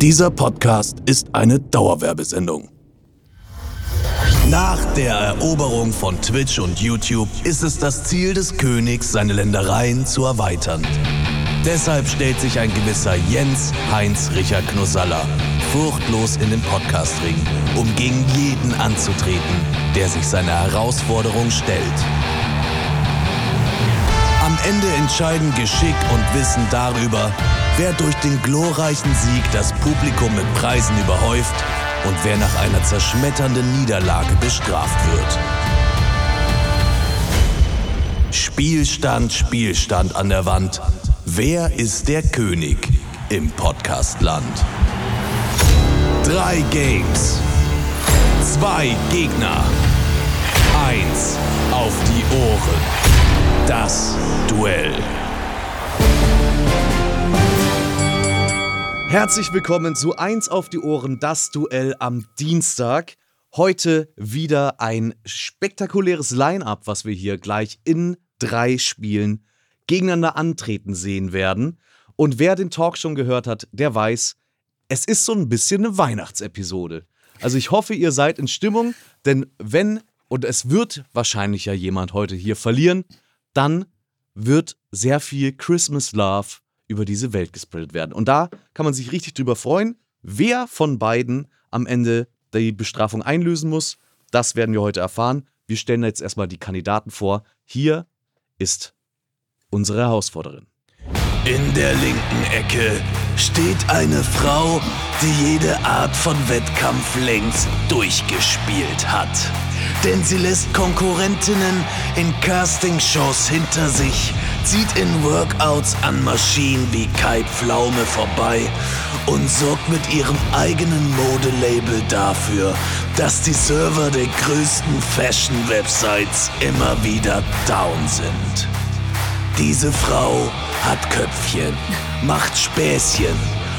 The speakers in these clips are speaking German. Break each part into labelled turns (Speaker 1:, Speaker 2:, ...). Speaker 1: Dieser Podcast ist eine Dauerwerbesendung. Nach der Eroberung von Twitch und YouTube ist es das Ziel des Königs, seine Ländereien zu erweitern. Deshalb stellt sich ein gewisser Jens Heinz Richer Knusaller furchtlos in den Podcastring, um gegen jeden anzutreten, der sich seiner Herausforderung stellt. Am Ende entscheiden Geschick und Wissen darüber, wer durch den glorreichen Sieg das Publikum mit Preisen überhäuft und wer nach einer zerschmetternden Niederlage bestraft wird. Spielstand, Spielstand an der Wand. Wer ist der König im Podcastland? Drei Games. Zwei Gegner. Eins auf die Ohren. Das Duell.
Speaker 2: Herzlich willkommen zu 1 auf die Ohren, das Duell am Dienstag. Heute wieder ein spektakuläres Line-up, was wir hier gleich in drei Spielen gegeneinander antreten sehen werden. Und wer den Talk schon gehört hat, der weiß, es ist so ein bisschen eine Weihnachtsepisode. Also ich hoffe, ihr seid in Stimmung, denn wenn, und es wird wahrscheinlich ja jemand heute hier verlieren, dann wird sehr viel Christmas Love über diese Welt gespreadet werden. Und da kann man sich richtig drüber freuen, wer von beiden am Ende die Bestrafung einlösen muss. Das werden wir heute erfahren. Wir stellen jetzt erstmal die Kandidaten vor. Hier ist unsere Herausforderin.
Speaker 1: In der linken Ecke steht eine Frau, die jede Art von Wettkampf längst durchgespielt hat. Denn sie lässt Konkurrentinnen in Castingshows hinter sich, zieht in Workouts an Maschinen wie Kai Pflaume vorbei und sorgt mit ihrem eigenen Modelabel dafür, dass die Server der größten Fashion-Websites immer wieder down sind. Diese Frau hat Köpfchen, macht Späßchen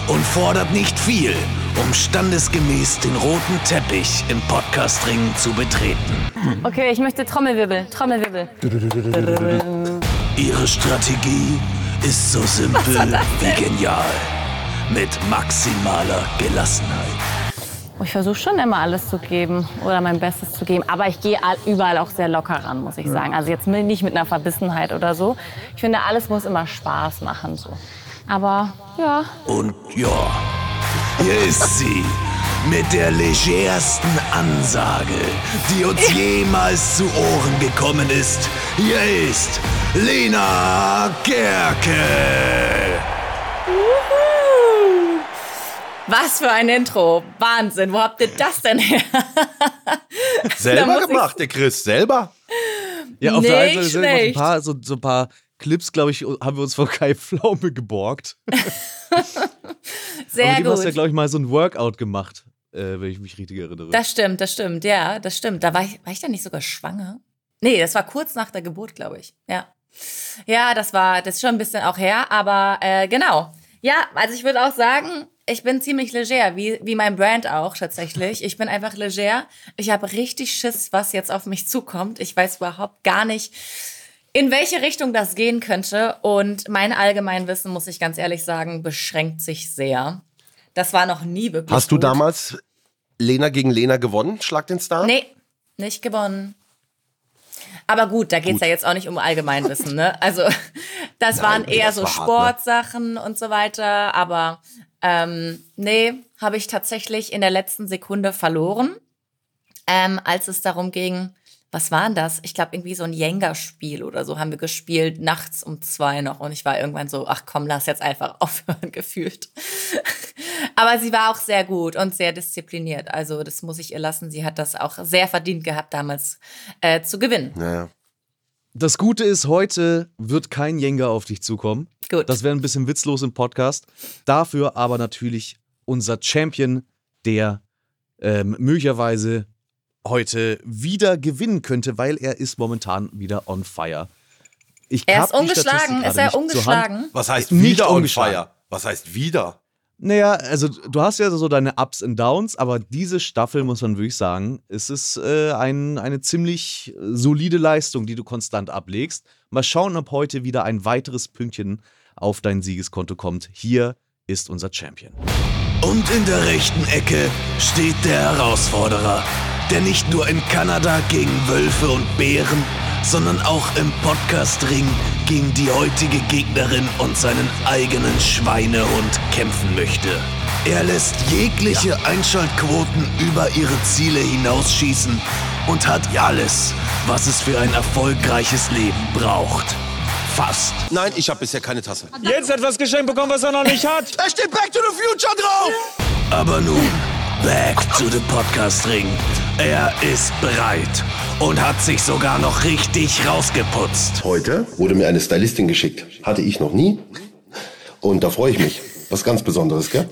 Speaker 1: und fordert nicht viel, um standesgemäß den roten Teppich im Podcastring zu betreten.
Speaker 3: Okay, ich möchte Trommelwirbel, Trommelwirbel.
Speaker 1: Ihre Strategie ist so simpel wie genial. Mit maximaler Gelassenheit.
Speaker 3: Oh, Ich versuche schon immer alles zu geben oder mein Bestes zu geben, aber ich gehe all- überall auch sehr locker ran, muss ich sagen. Also jetzt mi- nicht mit einer Verbissenheit oder so. Ich finde, alles muss immer Spaß machen so. Aber ja,
Speaker 1: Und ja, hier ist sie. Mit der legersten Ansage, die uns jemals zu Ohren gekommen ist. Hier ist Lena Gerke.
Speaker 4: Was für ein Intro. Wahnsinn. Wo habt ihr das denn her? Da muss
Speaker 5: Selber
Speaker 4: ich-
Speaker 5: gemacht, der Chris, selber.
Speaker 2: Ja, auf der einen
Speaker 4: Nicht
Speaker 2: Seite sind noch so ein
Speaker 4: schlecht.
Speaker 2: paar, so, so ein paar Clips, glaube ich, haben wir uns von Kai Pflaume geborgt.
Speaker 4: Sehr
Speaker 2: Aber du hast ja,
Speaker 4: gut.
Speaker 2: glaube ich, mal so ein Workout gemacht, äh, wenn ich mich richtig erinnere.
Speaker 4: Das stimmt, das stimmt. Ja, das stimmt. Da war ich, war ich da nicht sogar schwanger? Nee, das war kurz nach der Geburt, glaube ich. Ja. Ja, das war, das ist schon ein bisschen auch her, aber äh, genau. Ja, also ich würde auch sagen, ich bin ziemlich leger, wie, wie mein Brand auch tatsächlich. Ich bin einfach leger. Ich habe richtig Schiss, was jetzt auf mich zukommt. Ich weiß überhaupt gar nicht, in welche Richtung das gehen könnte. Und mein Allgemeinwissen, muss ich ganz ehrlich sagen, beschränkt sich sehr. Das war noch nie wirklich.
Speaker 5: Hast du
Speaker 4: gut.
Speaker 5: damals Lena gegen Lena gewonnen? Schlag den Star?
Speaker 4: Nee, nicht gewonnen. Aber gut, da geht's ja jetzt auch nicht um Allgemeinwissen, ne? Also, das waren
Speaker 5: nee,
Speaker 4: eher
Speaker 5: das
Speaker 4: so
Speaker 5: war hart, ne?
Speaker 4: Sportsachen und so weiter, aber ähm, nee, habe ich tatsächlich in der letzten Sekunde verloren, ähm, als es darum ging, was war denn das? Ich glaube, irgendwie so ein Jenga-Spiel oder so haben wir gespielt, nachts um zwei noch. Und ich war irgendwann so, ach komm, lass jetzt einfach aufhören, gefühlt. Aber sie war auch sehr gut und sehr diszipliniert. Also das muss ich ihr lassen. Sie hat das auch sehr verdient gehabt, damals äh, zu gewinnen.
Speaker 5: Naja.
Speaker 2: Das Gute ist, heute wird kein Jenga auf dich zukommen.
Speaker 4: Gut.
Speaker 2: Das wäre ein bisschen witzlos im Podcast. Dafür aber natürlich unser Champion, der ähm, möglicherweise heute wieder gewinnen könnte, weil er ist momentan wieder on fire. Ich
Speaker 4: Er
Speaker 2: hab
Speaker 4: ist
Speaker 2: die
Speaker 4: ungeschlagen.
Speaker 2: Statistik
Speaker 4: Ist er
Speaker 2: gerade nicht zur Hand.
Speaker 4: ungeschlagen?
Speaker 5: Was heißt
Speaker 2: Nicht
Speaker 5: wieder on
Speaker 2: ungeschlagen.
Speaker 5: fire? Was heißt wieder?
Speaker 2: Naja, also du hast ja so deine Ups und Downs, aber diese Staffel, muss man wirklich sagen, ist es äh, ein, eine ziemlich äh, solide Leistung, die du konstant ablegst. Mal schauen, ob heute wieder ein weiteres Pünktchen auf dein Siegeskonto kommt. Hier ist unser Champion.
Speaker 1: Und in der rechten Ecke steht der Herausforderer, der nicht nur in Kanada gegen Wölfe und Bären, sondern auch im Podcastring gegen die heutige Gegnerin und seinen eigenen Schweinehund kämpfen möchte. Er lässt jegliche Einschaltquoten über ihre Ziele hinausschießen und hat alles, was es für ein erfolgreiches Leben braucht. Fast.
Speaker 5: Nein, ich habe bisher keine Tasse.
Speaker 6: Jetzt hat was geschenkt bekommen, was er noch nicht hat.
Speaker 5: Da steht Back to the Future drauf!
Speaker 1: Aber nun, back to the Podcast Ring. Er ist bereit und hat sich sogar noch richtig rausgeputzt.
Speaker 7: Heute wurde mir eine Stylistin geschickt. Hatte ich noch nie. Und da freue ich mich. Was ganz Besonderes, gell?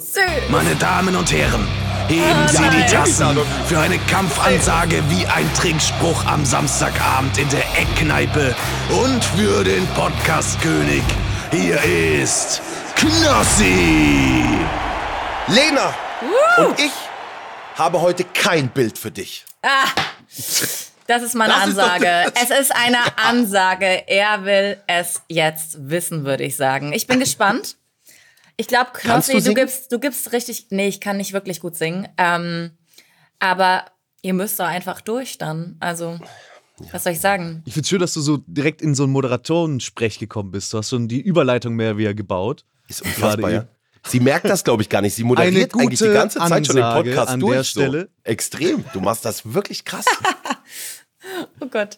Speaker 1: Meine Damen und Herren, heben Sie die Tassen für eine Kampfansage wie ein Trinkspruch am Samstagabend in der Eckkneipe und für den Podcast-König. Hier ist Knossi!
Speaker 5: Lena! Und ich habe heute kein Bild für dich.
Speaker 4: Ah, das ist meine
Speaker 5: Das ist doch-
Speaker 4: Ansage. es ist eine Ansage. Er will es jetzt wissen, würde ich sagen. Ich bin gespannt. Ich glaube,
Speaker 5: Kannst
Speaker 4: Knossi,
Speaker 5: du
Speaker 4: du,
Speaker 5: singen?
Speaker 4: gibst, du gibst richtig. Nee, ich kann nicht wirklich gut singen. Ähm, aber ihr müsst da einfach durch dann. Also, was soll ich sagen?
Speaker 2: Ich finde schön, dass du so direkt in so einen Moderatorensprech gekommen bist. Du hast schon die Überleitung mehr wieder gebaut.
Speaker 5: Ist
Speaker 2: Gerade
Speaker 5: unfassbar, ja.
Speaker 2: eben.
Speaker 5: Sie merkt das, glaube ich, gar nicht. Sie moderiert
Speaker 2: Eine
Speaker 5: eigentlich die
Speaker 2: gute
Speaker 5: ganze Zeit schon den
Speaker 2: Ansage
Speaker 5: Podcast
Speaker 2: an
Speaker 5: durch.
Speaker 2: der Stelle.
Speaker 5: So. Extrem. Du machst das wirklich krass.
Speaker 4: Oh Gott.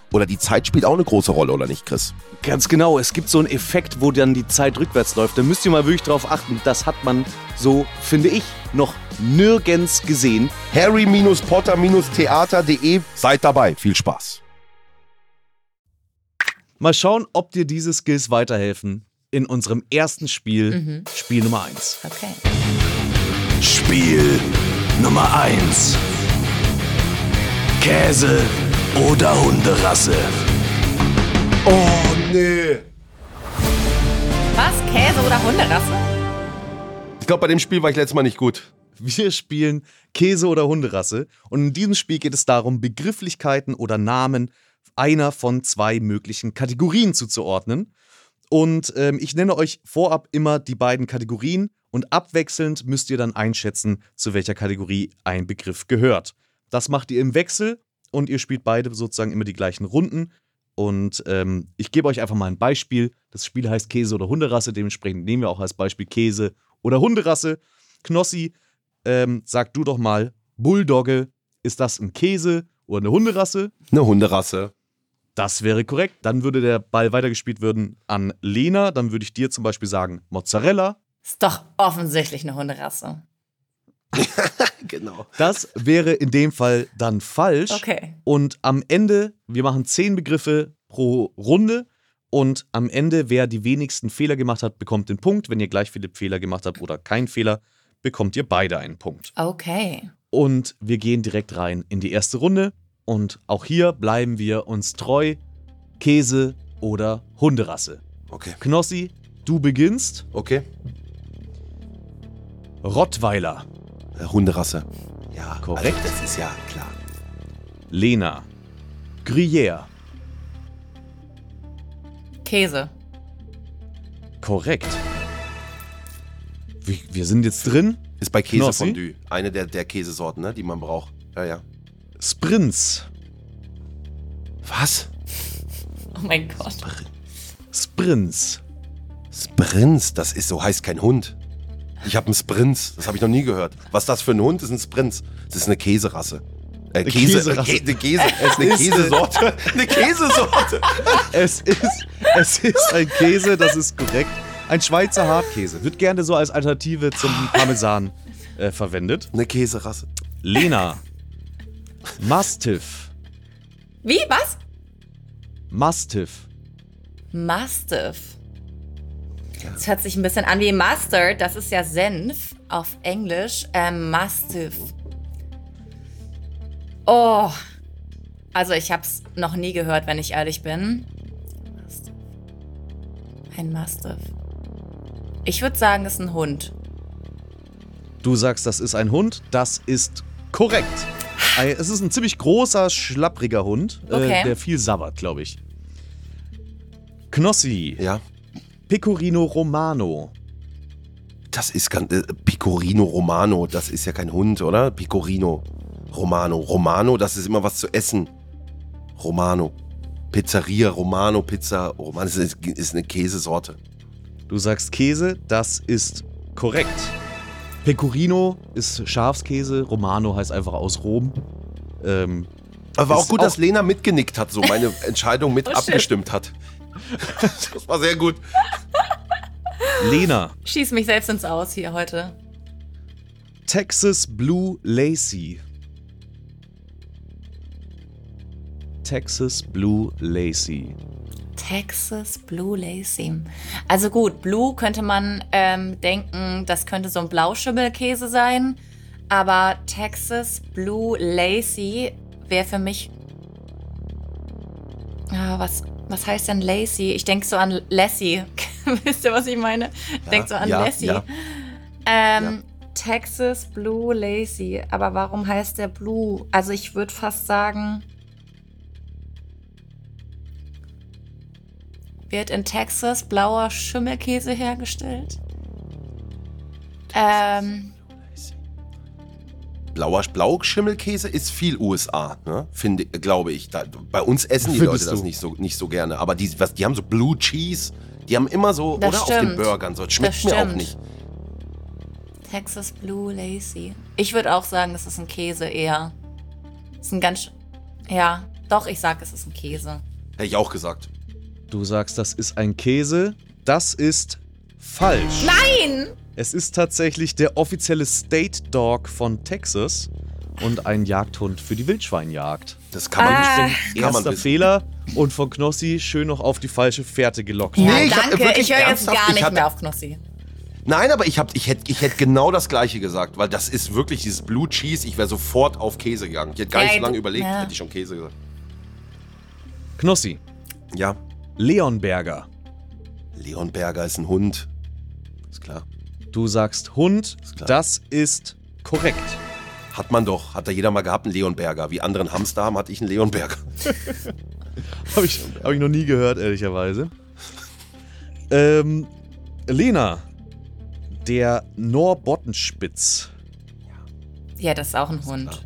Speaker 5: oder die Zeit spielt auch eine große Rolle, oder nicht, Chris?
Speaker 2: Ganz genau, es gibt so einen Effekt, wo dann die Zeit rückwärts läuft. Da müsst ihr mal wirklich drauf achten. Das hat man, so finde ich, noch nirgends gesehen.
Speaker 5: harry-potter-theater.de, seid dabei, viel Spaß.
Speaker 2: Mal schauen, ob dir diese Skills weiterhelfen in unserem ersten Spiel, Spiel Nummer 1.
Speaker 4: Okay.
Speaker 1: Spiel Nummer 1. Käse oder Hunderasse.
Speaker 5: Oh, nee.
Speaker 4: Was? Käse oder Hunderasse?
Speaker 5: Ich glaube, bei dem Spiel war ich letztes Mal nicht gut.
Speaker 2: Wir spielen Käse oder Hunderasse und in diesem Spiel geht es darum, Begrifflichkeiten oder Namen einer von zwei möglichen Kategorien zuzuordnen. Und ähm, ich nenne euch vorab immer die beiden Kategorien und abwechselnd müsst ihr dann einschätzen, zu welcher Kategorie ein Begriff gehört. Das macht ihr im Wechsel und ihr spielt beide sozusagen immer die gleichen Runden. Und ähm, ich gebe euch einfach mal ein Beispiel. Das Spiel heißt Käse oder Hunderasse, dementsprechend nehmen wir auch als Beispiel Käse oder Hunderasse. Knossi, ähm, sag du doch mal, Bulldogge, ist das ein Käse oder eine Hunderasse?
Speaker 5: Eine Hunderasse.
Speaker 2: Das wäre korrekt. Dann würde der Ball weitergespielt werden an Lena. Dann würde ich dir zum Beispiel sagen Mozzarella.
Speaker 4: Ist doch offensichtlich eine Hunderasse.
Speaker 5: Genau.
Speaker 2: Das wäre in dem Fall dann falsch.
Speaker 4: Okay.
Speaker 2: Und am Ende, wir machen zehn Begriffe pro Runde Und am Ende, wer die wenigsten Fehler gemacht hat, bekommt den Punkt. Wenn ihr gleich viele Fehler gemacht habt oder keinen Fehler, bekommt ihr beide einen Punkt.
Speaker 4: Okay.
Speaker 2: Und wir gehen direkt rein in die erste Runde. Und auch hier bleiben wir uns treu. Käse oder Hunderasse.
Speaker 5: Okay.
Speaker 2: Knossi, du beginnst.
Speaker 5: Okay.
Speaker 2: Rottweiler.
Speaker 5: Äh, Hunderasse. Ja,
Speaker 2: Korrekt.
Speaker 5: korrekt. Das ist ja klar.
Speaker 2: Lena. Gruyère.
Speaker 4: Käse.
Speaker 2: Korrekt. Wir, wir sind jetzt drin.
Speaker 5: Ist bei Käse
Speaker 2: Knossi?
Speaker 5: Fondue. Eine der, der Käsesorten, ne, die man braucht. Ja, ja.
Speaker 2: Sprints.
Speaker 5: Was?
Speaker 4: Oh mein Gott.
Speaker 2: Sprints.
Speaker 5: Sprinz, das ist so heißt kein Hund. Ich habe einen Sprinz, das habe ich noch nie gehört. Was das für ein Hund ist, ein Sprinz. Das ist eine Käserasse. Äh, Käse,
Speaker 2: Käserasse.
Speaker 5: Käserasse. Eine Käse, äh, eine Käsesorte. Eine Käsesorte.
Speaker 2: Es ist, es ist ein Käse, das ist korrekt. Ein Schweizer Hartkäse. Wird gerne so als Alternative zum Parmesan äh, verwendet.
Speaker 5: Eine Käserasse.
Speaker 2: Lena. Mastiff.
Speaker 4: Wie? Was?
Speaker 2: Mastiff.
Speaker 4: Mastiff. Das hört sich ein bisschen an wie Mustard. Das ist ja Senf auf Englisch. Ähm, Mastiff. Oh. Also ich habe es noch nie gehört, wenn ich ehrlich bin. Mastiff. Ein Mastiff. Ich würde sagen, es ist ein Hund.
Speaker 2: Du sagst, das ist ein Hund. Das ist korrekt. Ein- Es ist ein ziemlich großer, schlappriger Hund, äh,
Speaker 4: Okay.
Speaker 2: der viel sabbert, glaube ich. Knossi.
Speaker 5: Ja.
Speaker 2: Pecorino Romano.
Speaker 5: Das ist ganz, äh, Pecorino Romano. Das ist ja kein Hund, oder? Pecorino Romano. Romano, das ist immer was zu essen. Romano. Pizzeria Romano, Pizza Romano. Das ist, ist eine Käsesorte.
Speaker 2: Du sagst Käse, das ist korrekt. Pecorino ist Schafskäse, Romano heißt einfach aus Rom. Ähm,
Speaker 5: Aber war
Speaker 2: Ist
Speaker 5: auch gut,
Speaker 2: auch-
Speaker 5: dass Lena mitgenickt hat, so meine Entscheidung mit
Speaker 4: Oh, shit.
Speaker 5: abgestimmt hat. Das war sehr gut.
Speaker 2: Lena,
Speaker 4: Schieß mich selbst ins Aus hier heute.
Speaker 2: Texas Blue Lacey. Texas Blue Lacey.
Speaker 4: Texas Blue Lacey. Also gut, Blue könnte man ähm, denken, das könnte so ein Blauschimmelkäse sein. Aber Texas Blue Lacey wäre für mich. Ah, was, was heißt denn Lacey? Ich denke so an Lassie. Wisst ihr, was ich meine? Ich denke so an
Speaker 5: ja,
Speaker 4: Lassie.
Speaker 5: ja.
Speaker 4: Ähm, Texas Blue Lacey. Aber warum heißt der Blue? Also ich würde fast sagen. Wird in Texas blauer Schimmelkäse hergestellt? Ähm,
Speaker 5: Blauer Blauschimmelkäse ist viel USA, ne? Finde, glaube ich. Da, bei uns essen die
Speaker 2: Findest
Speaker 5: Leute das
Speaker 2: du?
Speaker 5: nicht so, nicht so gerne. Aber die, was, die haben so Blue Cheese. Die haben immer so,
Speaker 4: Das
Speaker 5: oder auf den
Speaker 4: stimmt.
Speaker 5: Burgern. So, das schmeckt
Speaker 4: Das
Speaker 5: mir auch
Speaker 4: stimmt.
Speaker 5: nicht.
Speaker 4: Texas Blue Lacey. Ich würde auch sagen, es ist ein Käse eher. Ist ein ganz. sch- Ja, doch, ich sag, es ist ein Käse.
Speaker 5: Hätte ich auch gesagt.
Speaker 2: Du sagst, das ist ein Käse. Das ist falsch.
Speaker 4: Nein!
Speaker 2: Es ist tatsächlich der offizielle State Dog von Texas und ein Jagdhund für die Wildschweinjagd.
Speaker 5: Das kann man
Speaker 4: Ah.
Speaker 5: nicht sehen. Kann man
Speaker 2: Erster
Speaker 5: wissen.
Speaker 2: Fehler und von Knossi schön noch auf die falsche Fährte gelockt.
Speaker 4: Ja,
Speaker 5: Nee, ich hab-
Speaker 4: danke. Ich
Speaker 5: wirklich
Speaker 4: höre jetzt
Speaker 5: ernsthaft,
Speaker 4: gar
Speaker 5: ich
Speaker 4: nicht
Speaker 5: hatte-
Speaker 4: mehr auf Knossi.
Speaker 5: Nein, aber ich, hab, ich hätte ich hätt genau das Gleiche gesagt, weil das ist wirklich dieses Blue Cheese. Ich wäre sofort auf Käse gegangen. Ich hätte gar
Speaker 4: Ja,
Speaker 5: nicht so
Speaker 4: du-
Speaker 5: lange überlegt,
Speaker 4: ja.
Speaker 5: hätte ich schon Käse gesagt.
Speaker 2: Knossi,
Speaker 5: Ja,
Speaker 2: Leonberger.
Speaker 5: Leon Berger ist ein Hund. Ist klar.
Speaker 2: Du sagst Hund,
Speaker 5: Ist klar.
Speaker 2: das ist korrekt.
Speaker 5: Hat man doch. Hat da jeder mal gehabt, einen Leon Berger. Wie andere einen Hamster haben, hatte ich einen Leon Berger.
Speaker 2: Habe ich, hab ich noch nie gehört, ehrlicherweise. Ähm, Lena, der Norbottenspitz.
Speaker 4: Ja, das ist auch ein Hund.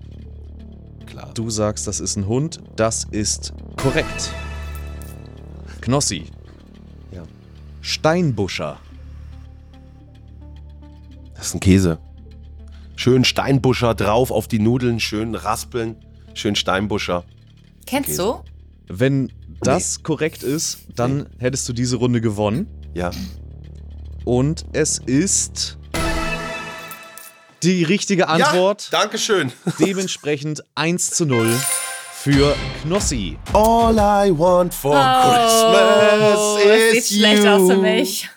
Speaker 5: Klar.
Speaker 2: Du sagst, das ist ein Hund, das ist korrekt. Knossi.
Speaker 5: Ja.
Speaker 2: Steinbuscher.
Speaker 5: Das ist ein Käse. Schön Steinbuscher drauf auf die Nudeln, schön raspeln. Schön Steinbuscher.
Speaker 4: Kennst du?
Speaker 2: Wenn das korrekt ist, dann hättest du diese Runde gewonnen.
Speaker 5: Ja.
Speaker 2: Und es ist die richtige Antwort.
Speaker 5: Ja, Dankeschön.
Speaker 2: Dementsprechend 1 zu 0 für Knossi.
Speaker 5: All I want for
Speaker 4: Oh, das
Speaker 5: Christmas
Speaker 4: sieht
Speaker 5: is you.
Speaker 4: schlecht aus für mich.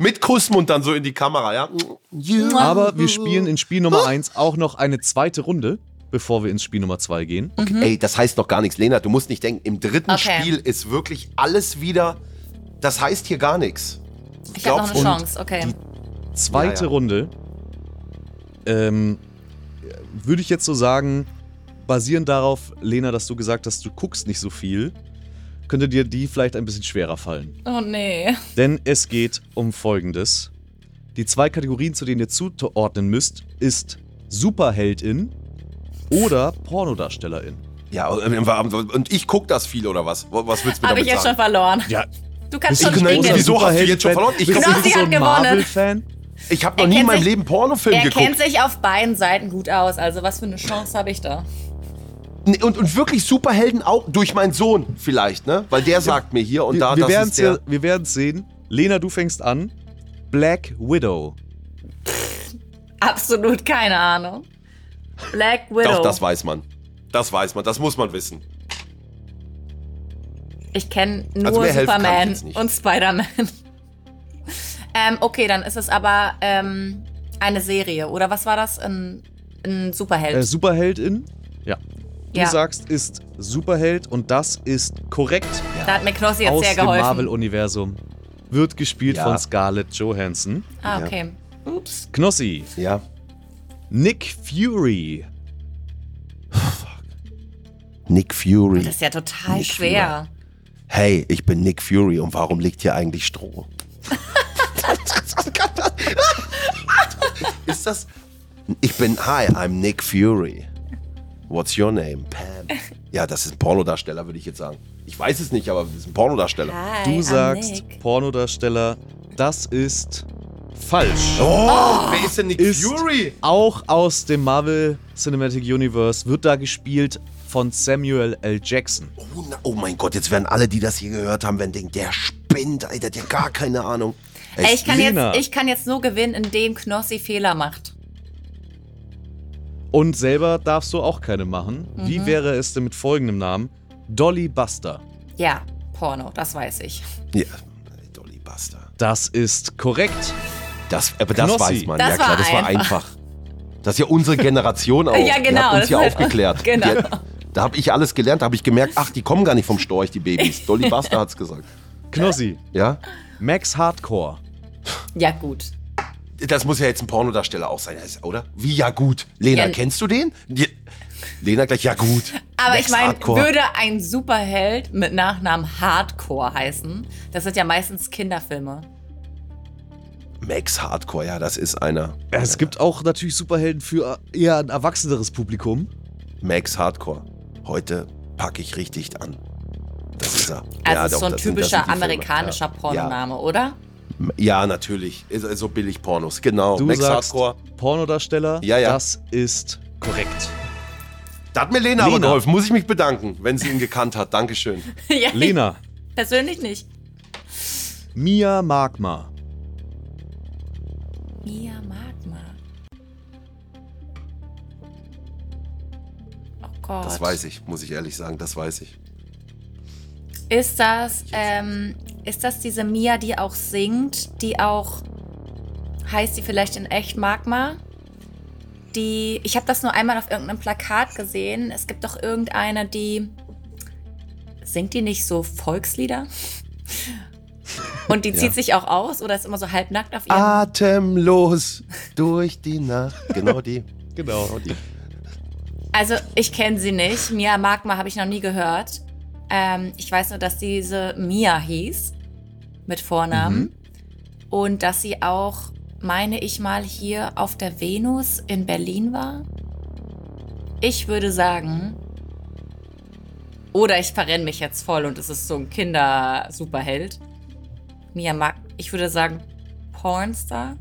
Speaker 5: Mit Kussmund dann so in die Kamera, ja? You.
Speaker 2: Aber wir spielen in Spiel Nummer 1 auch noch eine zweite Runde, bevor wir ins Spiel Nummer 2 gehen.
Speaker 5: Ey, das heißt noch gar nichts. Lena, du musst nicht denken, im dritten
Speaker 4: Mhm. Okay.
Speaker 5: Spiel ist wirklich alles wieder. Das heißt hier gar nichts.
Speaker 4: Ich habe noch
Speaker 5: Glaubst
Speaker 4: eine
Speaker 5: und
Speaker 4: Chance, okay.
Speaker 2: Zweite
Speaker 5: Ja, ja.
Speaker 2: Runde, ähm, würde ich jetzt so sagen, basierend darauf, Lena, dass du gesagt hast, du guckst nicht so viel, könnte dir die vielleicht ein bisschen schwerer fallen.
Speaker 4: Oh nee.
Speaker 2: Denn es geht um Folgendes. Die zwei Kategorien, zu denen ihr zuordnen müsst, ist Superheldin oder Pornodarstellerin.
Speaker 5: Ja, und und ich guck das viel oder was? Was willst du mir
Speaker 4: Habe
Speaker 5: damit
Speaker 4: ich jetzt schon
Speaker 5: sagen?
Speaker 4: verloren.
Speaker 2: Ja.
Speaker 4: Du kannst
Speaker 5: Ich
Speaker 4: schon
Speaker 5: knall-
Speaker 4: spielen.
Speaker 5: Wieso hast du jetzt schon verloren? Ich
Speaker 2: Ich
Speaker 4: glaub,
Speaker 2: glaube,
Speaker 4: sie
Speaker 2: so
Speaker 4: hat
Speaker 2: ein
Speaker 4: gewonnen.
Speaker 2: Marvel-Fan.
Speaker 5: ich habe
Speaker 4: Er
Speaker 5: noch nie in
Speaker 4: kennt
Speaker 5: meinem
Speaker 4: sich-
Speaker 5: Leben Pornofilm
Speaker 4: Er kennt
Speaker 5: geguckt.
Speaker 4: sich auf beiden Seiten gut aus. Also was für eine Chance habe ich da?
Speaker 5: Nee, Und, und wirklich Superhelden auch durch meinen Sohn vielleicht, ne? Weil der sagt mir hier und da,
Speaker 2: Wir, wir
Speaker 5: das
Speaker 2: werden es
Speaker 5: ist der.
Speaker 2: ja, wir werden's sehen. Lena, du fängst an. Black Widow.
Speaker 4: Absolut keine Ahnung. Black Widow.
Speaker 5: Doch, das weiß man. Das weiß man, das muss man wissen.
Speaker 4: Ich kenne
Speaker 5: Also
Speaker 4: nur
Speaker 5: mehr helfen kann ich
Speaker 4: Superman
Speaker 5: jetzt nicht.
Speaker 4: und Spider-Man. ähm, okay, dann ist es aber ähm, eine Serie. Oder was war das? Ein, ein Superheld.
Speaker 2: Äh, Superheldin. Ja. Du
Speaker 4: Ja.
Speaker 2: sagst, ist Superheld und das ist korrekt.
Speaker 4: da hat mir Knossi jetzt
Speaker 2: Aus
Speaker 4: sehr
Speaker 2: dem
Speaker 4: geholfen.
Speaker 2: Marvel-Universum. Wird gespielt
Speaker 5: Ja.
Speaker 2: von Scarlett Johansson.
Speaker 4: ah, okay. Ups.
Speaker 2: Knossi,
Speaker 5: Ja.
Speaker 2: Nick Fury.
Speaker 5: Nick Fury.
Speaker 4: Das ist ja total
Speaker 5: Nicht
Speaker 4: schwer.
Speaker 5: hey, ich bin Nick Fury und warum liegt hier eigentlich Stroh? Ist das. Ich bin. Hi, I'm Nick Fury. What's your name? Pam. Ja, das ist ein Pornodarsteller, würde ich jetzt sagen. Ich weiß es nicht, aber das ist ein Pornodarsteller.
Speaker 4: Hi,
Speaker 2: Du
Speaker 4: I'm
Speaker 2: sagst
Speaker 4: Nick.
Speaker 2: Pornodarsteller, das ist falsch.
Speaker 5: Oh, wer ist denn Nick
Speaker 2: Ist
Speaker 5: Fury?
Speaker 2: auch aus dem Marvel Cinematic Universe, wird da gespielt von Samuel L. Jackson.
Speaker 5: Oh, na, oh mein Gott, jetzt werden alle, die das hier gehört haben, werden denken, der spinnt, Alter, der hat ja gar keine Ahnung.
Speaker 4: Ey, ich, kann
Speaker 2: Lena.
Speaker 4: jetzt, ich kann jetzt nur gewinnen, indem Knossi Fehler macht.
Speaker 2: Und selber darfst du auch keine machen. Wie wäre es denn mit folgendem Namen? Dolly Buster.
Speaker 4: Ja, Porno, das weiß ich.
Speaker 5: Ja, Dolly Buster.
Speaker 2: Das ist korrekt.
Speaker 5: Das, aber das
Speaker 2: Knossi.
Speaker 5: weiß man,
Speaker 4: Das
Speaker 5: ja klar,
Speaker 4: war
Speaker 5: das war einfach. Das ist ja unsere Generation auch.
Speaker 4: Ja, genau,
Speaker 5: Die hat uns
Speaker 4: das
Speaker 5: hier
Speaker 4: ist-
Speaker 5: aufgeklärt.
Speaker 4: genau.
Speaker 5: Die hat- da habe ich alles gelernt, da habe ich gemerkt, ach, die kommen gar nicht vom Storch, die Babys. Dolly Buster hat's gesagt.
Speaker 2: Knossi,
Speaker 5: Ja?
Speaker 2: Max Hardcore.
Speaker 4: Ja, gut.
Speaker 5: Das muss ja jetzt ein Pornodarsteller auch sein, oder? Wie, ja gut. Lena,
Speaker 4: Ja.
Speaker 5: kennst du den? Die, Lena gleich, ja gut.
Speaker 4: Aber
Speaker 5: Max
Speaker 4: ich meine,
Speaker 5: Hardcore.
Speaker 4: würde ein Superheld mit Nachnamen Hardcore heißen? Das sind ja meistens Kinderfilme.
Speaker 5: Max Hardcore, ja, das ist einer.
Speaker 2: Es gibt auch natürlich Superhelden für eher ein erwachseneres Publikum.
Speaker 5: Max Hardcore. Heute packe ich richtig an. Das ist er.
Speaker 4: Also
Speaker 5: Ja,
Speaker 4: ist
Speaker 5: doch,
Speaker 4: so ein
Speaker 5: das sind- das
Speaker 4: typischer
Speaker 5: sind die Filme.
Speaker 4: amerikanischer
Speaker 5: Ja.
Speaker 4: Pornoname, oder?
Speaker 5: Ja, natürlich. Ist- ist So billig Pornos, genau.
Speaker 2: Du
Speaker 5: Max
Speaker 2: sagst
Speaker 5: Hardcore.
Speaker 2: Pornodarsteller,
Speaker 5: Ja, ja.
Speaker 2: das ist korrekt.
Speaker 5: Da hat mir Lena, aber
Speaker 2: Lena.
Speaker 5: geholfen. Muss ich mich bedanken, wenn sie ihn gekannt hat. Dankeschön.
Speaker 4: ja,
Speaker 2: Lena,
Speaker 4: Ich persönlich nicht.
Speaker 2: Mia Magma.
Speaker 4: Mia Magma. Oh Gott.
Speaker 5: Das weiß ich, muss ich ehrlich sagen. Das weiß ich.
Speaker 4: Ist das, ähm, ist das diese Mia, die auch singt, die auch, heißt sie vielleicht in echt Magma? Die, ich habe das nur einmal auf irgendeinem Plakat gesehen. Es gibt doch irgendeine, die, singt die nicht so Volkslieder? Und die zieht sich auch aus oder ist immer so halbnackt auf
Speaker 5: Ah,
Speaker 4: ihrem...
Speaker 5: Atemlos durch die Nacht. Genau die.
Speaker 2: Genau.
Speaker 4: Also, ich kenne sie nicht. Mia Magma habe ich noch nie gehört. Ähm, ich weiß nur, dass diese Mia hieß. Mit Vornamen. Und dass sie auch, meine ich mal, hier auf der Venus in Berlin war. Ich würde sagen. Oder ich verrenne mich jetzt voll und es ist so ein Kinder-Superheld. Mia Mag. Ich würde sagen, Pornstar.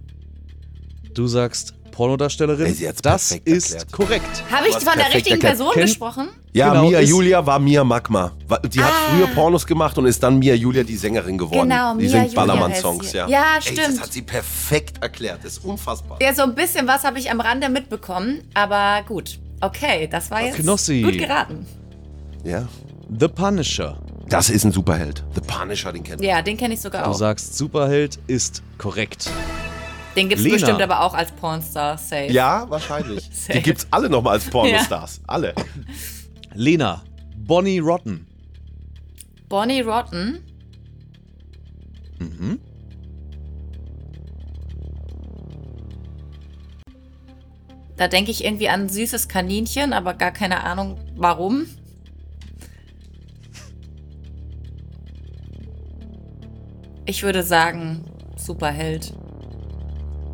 Speaker 2: Du sagst Pornodarstellerin.
Speaker 5: Ey, sie hat's
Speaker 2: das
Speaker 5: perfekt
Speaker 2: ist
Speaker 5: erklärt.
Speaker 2: korrekt.
Speaker 4: Habe ich
Speaker 5: hast
Speaker 4: von der
Speaker 5: perfekt
Speaker 4: richtigen
Speaker 5: erkannt.
Speaker 4: Person
Speaker 2: Ken-
Speaker 4: gesprochen?
Speaker 5: Ja,
Speaker 2: Genau,
Speaker 5: Mia
Speaker 2: ist-
Speaker 5: Julia war Mia Magma. Wa- Die hat
Speaker 4: Ah.
Speaker 5: früher Pornos gemacht und ist dann Mia Julia die Sängerin geworden.
Speaker 4: Genau,
Speaker 5: die
Speaker 4: Mia
Speaker 5: singt
Speaker 4: Julia heißt
Speaker 5: Ballermann-Songs,
Speaker 4: sie.
Speaker 5: ja.
Speaker 4: Ja,
Speaker 5: Ey, das
Speaker 4: stimmt.
Speaker 5: hat sie perfekt erklärt. Das ist unfassbar.
Speaker 4: Ja, so ein bisschen was habe ich am Rande mitbekommen, aber gut. Okay, das war jetzt
Speaker 2: Knossi.
Speaker 4: gut geraten.
Speaker 5: Ja.
Speaker 2: The Punisher.
Speaker 5: Das ist ein Superheld. The Punisher, den kennt man.
Speaker 4: Ja, den kenne ich sogar
Speaker 2: Du
Speaker 4: auch.
Speaker 2: sagst, Superheld ist korrekt.
Speaker 4: Den gibt's
Speaker 2: Lena.
Speaker 4: bestimmt aber auch als Pornstar safe.
Speaker 5: Ja, wahrscheinlich.
Speaker 4: Safe.
Speaker 5: Die gibt's alle nochmal als Pornostars. Alle.
Speaker 2: Lena, Bonnie Rotten.
Speaker 4: Bonnie Rotten. Da denke ich irgendwie an ein süßes Kaninchen, aber gar keine Ahnung warum. Ich würde sagen, Superheld.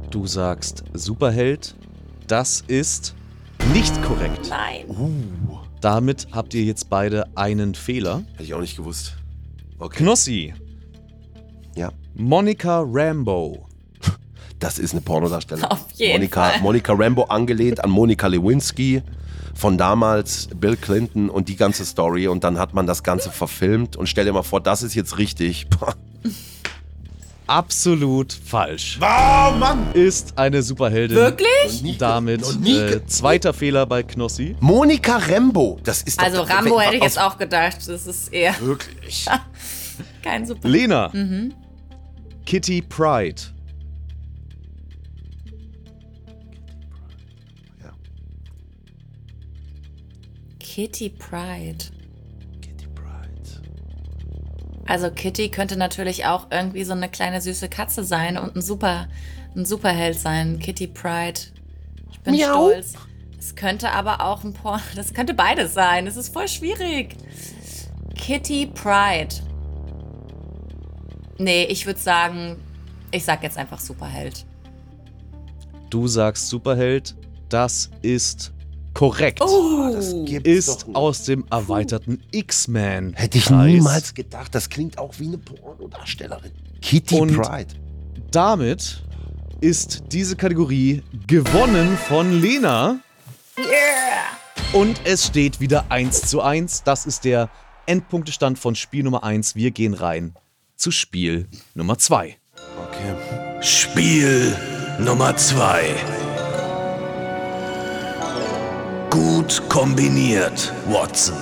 Speaker 2: Du sagst, Superheld, das ist nicht korrekt. Uh.
Speaker 4: Nein.
Speaker 2: Damit habt ihr jetzt beide einen Fehler.
Speaker 5: Hätte ich auch nicht gewusst. Okay.
Speaker 2: Knossi,
Speaker 5: Ja.
Speaker 2: Monica Rambo.
Speaker 5: Das ist eine Pornodarstellerin.
Speaker 4: Auf jeden
Speaker 5: Monika,
Speaker 4: Fall.
Speaker 5: Monika Rambo angelehnt an Monika Lewinsky von damals, Bill Clinton und die ganze Story. Und dann hat man das Ganze verfilmt. Und stell dir mal vor, das ist jetzt richtig.
Speaker 2: Absolut falsch.
Speaker 5: Oh Mann!
Speaker 2: Ist eine Superheldin.
Speaker 4: Wirklich?
Speaker 2: Damit
Speaker 5: Noch nie ge-
Speaker 2: äh, zweiter Fehler bei Knossi.
Speaker 5: Monika Rambo, das ist doch
Speaker 4: Also
Speaker 5: doch-
Speaker 4: Rambo
Speaker 5: wer-
Speaker 4: hätte ich jetzt
Speaker 5: aus-
Speaker 4: auch gedacht, das ist eher
Speaker 5: Wirklich.
Speaker 4: kein Superheld.
Speaker 2: Lena,
Speaker 4: Mhm.
Speaker 2: Kitty Pride.
Speaker 4: Kitty Pride. Also Kitty könnte natürlich auch irgendwie so eine kleine süße Katze sein und ein super ein Superheld sein. Kitty Pride. Ich bin stolz. Es könnte aber auch ein Porn. Das könnte beides sein. Das ist voll schwierig. Kitty Pride. Nee, ich würde sagen, ich sag jetzt einfach Superheld.
Speaker 2: Du sagst Superheld, das ist korrekt.
Speaker 4: Oh.
Speaker 5: Ah, Das gibt's
Speaker 2: ist
Speaker 5: doch nicht.
Speaker 2: aus dem erweiterten X-Men.
Speaker 5: Hätte ich
Speaker 2: Kreis.
Speaker 5: niemals gedacht, das klingt auch wie eine Pornodarstellerin. Kitty
Speaker 2: Und-
Speaker 5: Pride.
Speaker 2: Damit ist diese Kategorie gewonnen von Lena. Und es steht wieder 1 zu 1. Das ist der Endpunktestand von Spiel Nummer 1. Wir gehen rein zu Spiel Nummer 2.
Speaker 5: Okay.
Speaker 1: Spiel Nummer 2. Gut kombiniert, Watson.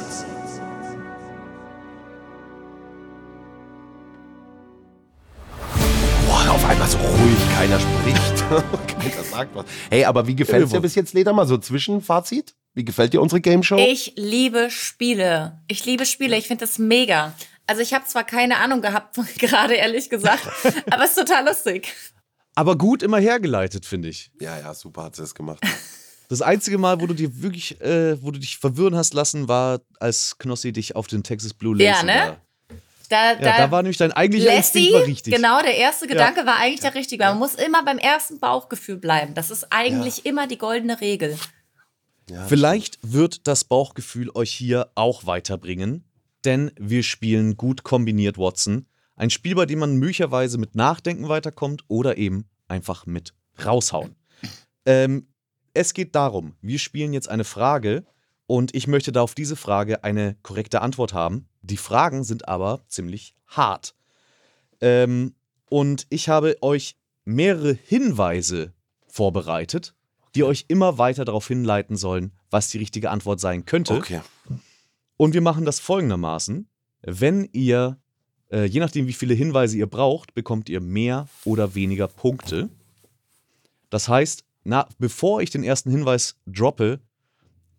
Speaker 5: Boah, Oh, auf einmal so ruhig, keiner spricht. keiner sagt was. Hey, aber wie gefällt dir bis jetzt, Leder? Mal so Zwischenfazit? Wie gefällt dir unsere
Speaker 2: Oh.
Speaker 5: Game Show?
Speaker 4: Ich liebe Spiele. Ich liebe Spiele. Ich finde das mega. Also ich habe zwar keine Ahnung gehabt, gerade ehrlich gesagt, aber es ist total lustig.
Speaker 2: Aber gut immer hergeleitet, finde ich.
Speaker 5: ja, ja, super hat sie es gemacht.
Speaker 2: Das einzige Mal, wo du dir wirklich, äh, wo du dich verwirren hast lassen, war, als Knossi dich auf den Texas Blue Lace
Speaker 4: Ja, ne? Da,
Speaker 2: Ja, da war nämlich dein eigentlicher Instinkt war richtig.
Speaker 4: Genau, der erste Gedanke war eigentlich der richtige. Man muss immer beim ersten Bauchgefühl bleiben. Das ist eigentlich immer die goldene Regel.
Speaker 2: Vielleicht wird das Bauchgefühl euch hier auch weiterbringen, denn wir spielen gut kombiniert, Watson. Ein Spiel, bei dem man möglicherweise mit Nachdenken weiterkommt oder eben einfach mit raushauen. Ähm, es geht darum, wir spielen jetzt eine Frage und ich möchte da auf diese Frage eine korrekte Antwort haben. Die Fragen sind aber ziemlich hart. Ähm, und ich habe euch mehrere Hinweise vorbereitet, die euch immer weiter darauf hinleiten sollen, was die richtige Antwort sein könnte.
Speaker 5: Okay.
Speaker 2: Und wir machen das folgendermaßen. Wenn ihr, äh, je nachdem wie viele Hinweise ihr braucht, bekommt ihr mehr oder weniger Punkte. Das heißt, na, bevor ich den ersten Hinweis droppe,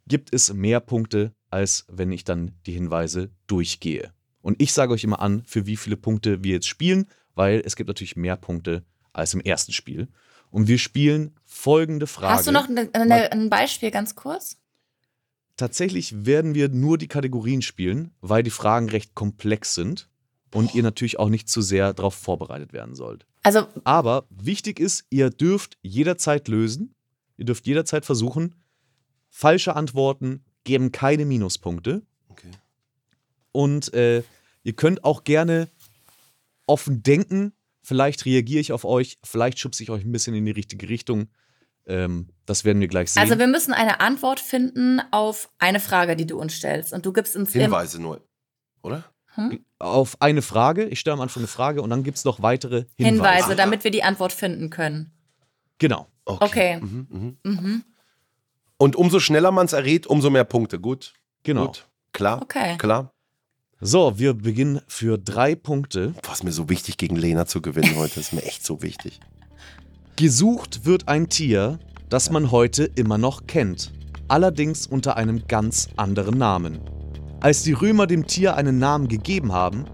Speaker 2: gibt es mehr Punkte, als wenn ich dann die Hinweise durchgehe. Und ich sage euch immer an, für wie viele Punkte wir jetzt spielen, weil es gibt natürlich mehr Punkte als im ersten Spiel. Und wir spielen folgende Frage.
Speaker 4: Hast du noch ne, ne, ein Beispiel ganz kurz?
Speaker 2: Tatsächlich werden wir nur die Kategorien spielen, weil die Fragen recht komplex sind und ihr natürlich auch nicht zu sehr darauf vorbereitet werden sollt.
Speaker 4: Also,
Speaker 2: Aber wichtig ist, ihr dürft jederzeit lösen, ihr dürft jederzeit versuchen. Falsche Antworten geben keine Minuspunkte.
Speaker 5: Okay.
Speaker 2: Und äh, ihr könnt auch gerne offen denken. Vielleicht reagiere ich auf euch, vielleicht schubse ich euch ein bisschen in die richtige Richtung. Ähm, das werden wir gleich sehen.
Speaker 4: also wir müssen eine Antwort finden auf eine Frage, die du uns stellst. Und du gibst uns im-
Speaker 5: Hinweise nur. Oder?
Speaker 2: auf eine Frage. Ich stelle am Anfang eine Frage und dann gibt es noch weitere Hinweise.
Speaker 4: Hinweise, damit wir die Antwort finden können.
Speaker 2: Genau.
Speaker 4: Okay. Mhm.
Speaker 5: Mhm, mhm. Und umso schneller man es errät, umso mehr Punkte. Gut.
Speaker 2: Genau.
Speaker 5: Gut. Klar.
Speaker 4: Okay.
Speaker 5: Klar.
Speaker 2: So, wir beginnen für drei Punkte.
Speaker 5: War es mir so wichtig, gegen Lena zu gewinnen heute. Ist mir echt so wichtig.
Speaker 2: Gesucht wird ein Tier, das man heute immer noch kennt, allerdings unter einem ganz anderen Namen. Als die Römer dem Tier einen Namen gegeben haben,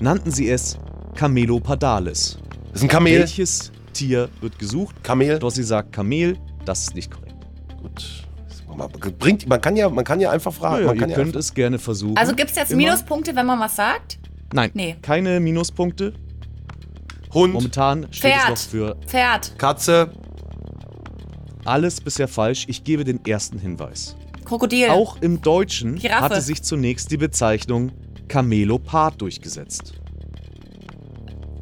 Speaker 2: nannten sie es Camelopardales.
Speaker 5: Ist ein Kamel.
Speaker 2: Welches Tier wird gesucht?
Speaker 5: Kamel.
Speaker 2: Dossi sagt Kamel, das ist nicht korrekt.
Speaker 5: Gut. Man Bringt, man, kann ja, man kann ja einfach fragen.
Speaker 2: Ja,
Speaker 5: Ah, man
Speaker 2: ihr
Speaker 5: kann ja
Speaker 2: könnt
Speaker 5: einfach-
Speaker 2: es gerne versuchen.
Speaker 4: Also gibt es jetzt
Speaker 2: Mhm. Immer.
Speaker 4: Minuspunkte, wenn man was sagt?
Speaker 2: Nein,
Speaker 4: Nee.
Speaker 2: keine Minuspunkte.
Speaker 5: Hund,
Speaker 2: Momentan steht es
Speaker 4: Pferd.
Speaker 2: noch für
Speaker 4: Pferd,
Speaker 5: Katze,
Speaker 4: Ah,
Speaker 2: alles bisher falsch. Ich gebe den ersten Hinweis.
Speaker 4: Krokodil,
Speaker 2: Auch im Deutschen
Speaker 4: Genau. Giraffe.
Speaker 2: hatte sich zunächst die Bezeichnung Kamelopard durchgesetzt.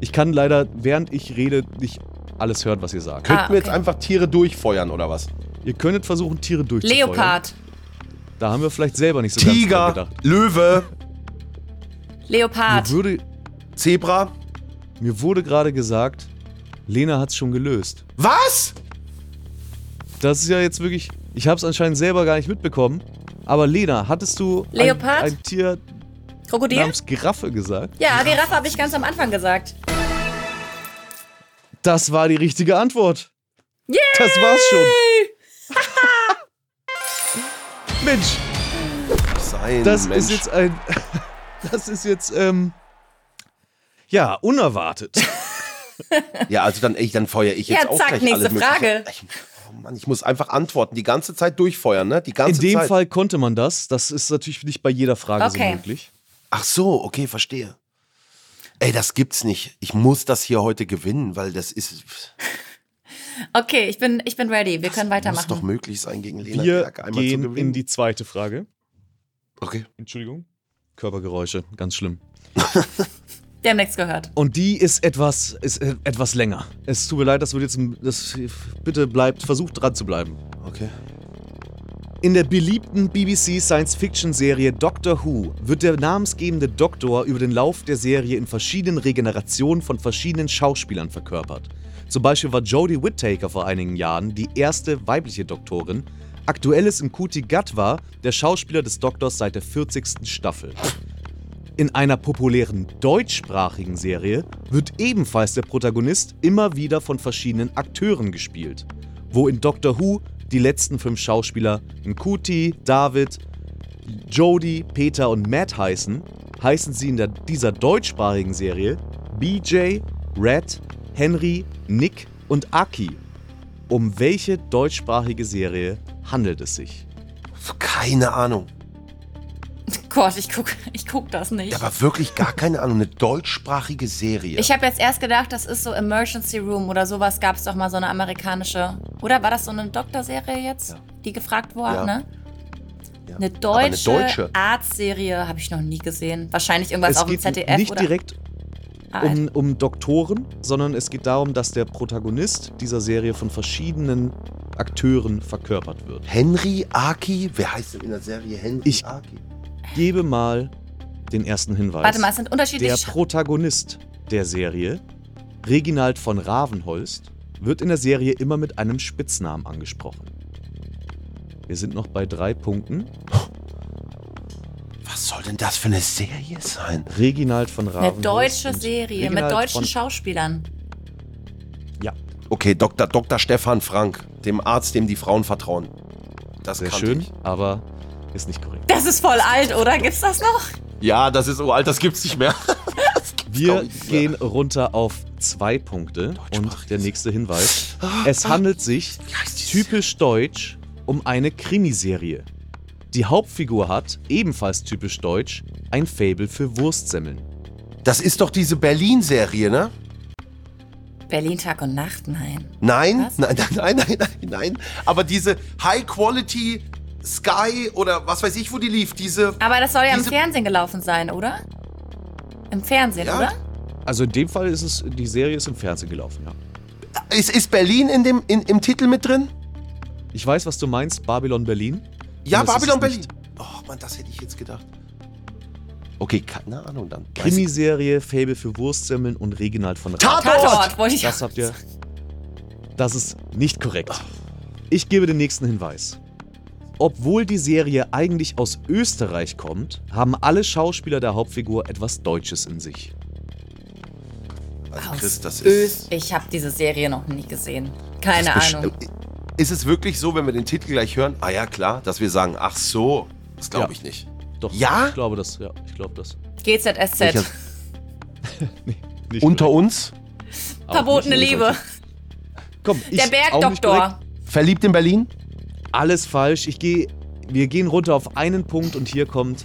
Speaker 2: Ich kann leider, während ich rede, nicht alles hören, was ihr sagt.
Speaker 5: Könnten
Speaker 4: Ah,
Speaker 5: wir jetzt
Speaker 4: okay.
Speaker 5: einfach Tiere durchfeuern oder was?
Speaker 2: Ihr könntet versuchen, Tiere durchzufeuern.
Speaker 4: Leopard,
Speaker 2: Da haben wir vielleicht selber nicht so ganz dran
Speaker 5: Tiger,
Speaker 2: gedacht.
Speaker 5: Löwe,
Speaker 4: Leopard,
Speaker 2: Mir wurde,
Speaker 5: Zebra.
Speaker 2: mir wurde gerade gesagt, Lena hat's schon gelöst.
Speaker 5: Was?
Speaker 2: Das ist ja jetzt wirklich. Ich habe es anscheinend selber gar nicht mitbekommen. Aber Lena, hattest du ein,
Speaker 4: Leopard?
Speaker 2: ein Tier
Speaker 4: Krokodil?
Speaker 2: namens Giraffe gesagt?
Speaker 4: ja, Giraffe habe ich ganz am Anfang gesagt.
Speaker 2: Das war die richtige Antwort. Das war's schon. Mensch,
Speaker 5: Sein
Speaker 2: das
Speaker 5: Mensch.
Speaker 2: ist jetzt ein. Das ist jetzt, ähm. Ja, unerwartet.
Speaker 5: ja, also dann, ey, dann feuere ich jetzt
Speaker 4: Ja,
Speaker 5: auch
Speaker 4: zack,
Speaker 5: gleich
Speaker 4: nächste
Speaker 5: alle möglichen-
Speaker 4: Frage.
Speaker 5: Ich, oh Mann, ich muss einfach antworten. Die ganze Zeit durchfeuern, ne? Die
Speaker 2: In
Speaker 5: ganze
Speaker 2: dem
Speaker 5: Zeit.
Speaker 2: Fall konnte man das. Das ist natürlich nicht bei jeder Frage
Speaker 4: Okay.
Speaker 2: so möglich.
Speaker 5: Ach so, okay, verstehe. Ey, das gibt's nicht. Ich muss das hier heute gewinnen, weil das ist.
Speaker 4: Okay, ich bin, ich bin ready. Wir können
Speaker 5: Muss doch
Speaker 4: weitermachen.
Speaker 5: möglich sein, gegen Lena
Speaker 2: Wir
Speaker 5: Berg einmal zu
Speaker 2: gehen
Speaker 5: gewinnen.
Speaker 2: in die zweite Frage.
Speaker 5: okay.
Speaker 2: Entschuldigung. Körpergeräusche, ganz schlimm.
Speaker 4: Wir haben nichts gehört.
Speaker 2: Und die ist etwas, ist äh, etwas länger. Es tut mir leid, das wird jetzt, ein- das, bitte bleibt, versucht dran zu bleiben.
Speaker 5: Okay.
Speaker 2: In der beliebten BBC Science-Fiction-Serie Doctor Who wird der namensgebende Doktor über den Lauf der Serie in verschiedenen Regenerationen von verschiedenen Schauspielern verkörpert. Zum Beispiel war Jodie Whittaker vor einigen Jahren die erste weibliche Doktorin. Aktuell ist Nkuti Gatwa der Schauspieler des Doktors seit der 40. Staffel. In einer populären deutschsprachigen Serie wird ebenfalls der Protagonist immer wieder von verschiedenen Akteuren gespielt, wo in Doctor Who die letzten fünf Schauspieler Nkuti, David, Jodie, Peter und Matt heißen, heißen sie in der, dieser deutschsprachigen Serie BJ, Red, Henry, Nick und Aki. Um welche deutschsprachige Serie handelt es sich?
Speaker 5: Keine Ahnung.
Speaker 4: Gott, ich guck, ich guck das nicht.
Speaker 5: Ja, aber wirklich gar keine Ahnung. Eine deutschsprachige Serie.
Speaker 4: Ich habe jetzt erst gedacht, das ist so Emergency Room oder sowas. Gab es doch mal so eine amerikanische. Oder war das so eine Doktorserie jetzt, die gefragt wurde?
Speaker 5: Ja.
Speaker 4: Ne?
Speaker 5: Ja.
Speaker 4: Eine
Speaker 5: Aber eine
Speaker 4: deutsche,
Speaker 5: deutsche.
Speaker 4: Arztserie habe ich noch nie gesehen. Wahrscheinlich irgendwas
Speaker 2: es
Speaker 4: auf dem
Speaker 2: geht
Speaker 4: ZDF
Speaker 2: nicht
Speaker 4: oder
Speaker 2: direkt
Speaker 4: ARD.
Speaker 2: um, um Doktoren, sondern es geht darum, dass der Protagonist dieser Serie von verschiedenen Akteuren verkörpert wird.
Speaker 5: Henry Aki? Wer heißt denn in der Serie Henry
Speaker 2: Ich-
Speaker 5: Aki?
Speaker 2: Gebe mal den ersten Hinweis.
Speaker 4: Warte mal, es sind
Speaker 2: der
Speaker 4: unterschiedliche. Sch-
Speaker 2: Protagonist der Serie, Reginald von Ravenholst, wird in der Serie immer mit einem Spitznamen angesprochen. Wir sind noch bei drei Punkten.
Speaker 5: Was soll denn das für eine Serie sein?
Speaker 2: Reginald von
Speaker 4: Eine
Speaker 2: Ravenholst.
Speaker 4: deutsche
Speaker 2: und
Speaker 4: Serie mit
Speaker 2: Reginald
Speaker 4: deutschen
Speaker 2: von-
Speaker 4: Schauspielern.
Speaker 2: Ja,
Speaker 5: Okay, Dr. Dr. Stefan Frank, dem Arzt, dem die Frauen vertrauen. Das
Speaker 2: sehr
Speaker 5: kannte
Speaker 2: schön,
Speaker 5: Ich.
Speaker 2: aber ist nicht korrekt.
Speaker 4: Das ist voll alt, oder? Gibt's das noch?
Speaker 5: Ja, das ist uralt, das gibt's nicht mehr.
Speaker 2: Wir
Speaker 5: Sorry.
Speaker 2: gehen runter auf zwei Punkte und der nächste Hinweis. Es handelt sich typisch deutsch um eine Krimiserie. Die Hauptfigur hat, ebenfalls typisch deutsch, ein Fable für Wurstsemmeln.
Speaker 5: Das ist doch diese Berlin-Serie, ne?
Speaker 4: Berlin Tag und Nacht, nein.
Speaker 5: Nein,
Speaker 4: Was?
Speaker 5: nein, nein, nein, nein, nein. Aber diese High-Quality Sky oder was weiß ich, wo die lief, diese.
Speaker 4: Aber das soll ja im
Speaker 5: Diese-
Speaker 4: Fernsehen gelaufen sein, oder? Im Fernsehen,
Speaker 5: Ja.
Speaker 4: oder?
Speaker 2: Also in dem Fall ist es, die Serie ist im Fernsehen gelaufen, ja.
Speaker 5: Ist, ist Berlin in dem, in, im Titel mit drin?
Speaker 2: Ich weiß, was du meinst, Babylon Berlin.
Speaker 5: Ja,
Speaker 2: Und das
Speaker 5: Babylon
Speaker 2: ist
Speaker 5: Berlin.
Speaker 2: nicht-
Speaker 5: Oh Mann, das hätte ich jetzt gedacht. Okay, keine Ahnung dann. Weiß
Speaker 2: Krimiserie, Fable für Wurstsemmeln und Reginald von Ravenholst.
Speaker 4: Tatort, wollte ich
Speaker 2: Das habt ihr. Das ist nicht korrekt. Ich gebe den nächsten Hinweis. Obwohl die Serie eigentlich aus Österreich kommt, haben alle Schauspieler der Hauptfigur etwas Deutsches in sich.
Speaker 5: Also Chris, das
Speaker 4: Ös.
Speaker 5: ist.
Speaker 4: Ich habe diese Serie noch nie gesehen. Keine
Speaker 5: Best-
Speaker 4: Ahnung.
Speaker 5: Ist es wirklich so, wenn wir den Titel gleich hören? Ah ja, klar, dass wir sagen, ach so, das glaube
Speaker 2: Ja.
Speaker 5: ich nicht.
Speaker 2: Doch,
Speaker 5: Ja?
Speaker 2: ich glaube das, ja, ich glaube das.
Speaker 5: Ich
Speaker 4: GZSZ.
Speaker 5: hab- Unter uns?
Speaker 2: Auch
Speaker 4: Verbotene
Speaker 2: nicht
Speaker 4: Liebe.
Speaker 2: Komm, ich,
Speaker 4: Der
Speaker 2: auch nicht
Speaker 4: Bergdoktor.
Speaker 5: Verliebt in Berlin?
Speaker 2: Alles falsch. Ich gehe. Wir gehen runter auf einen Punkt und hier kommt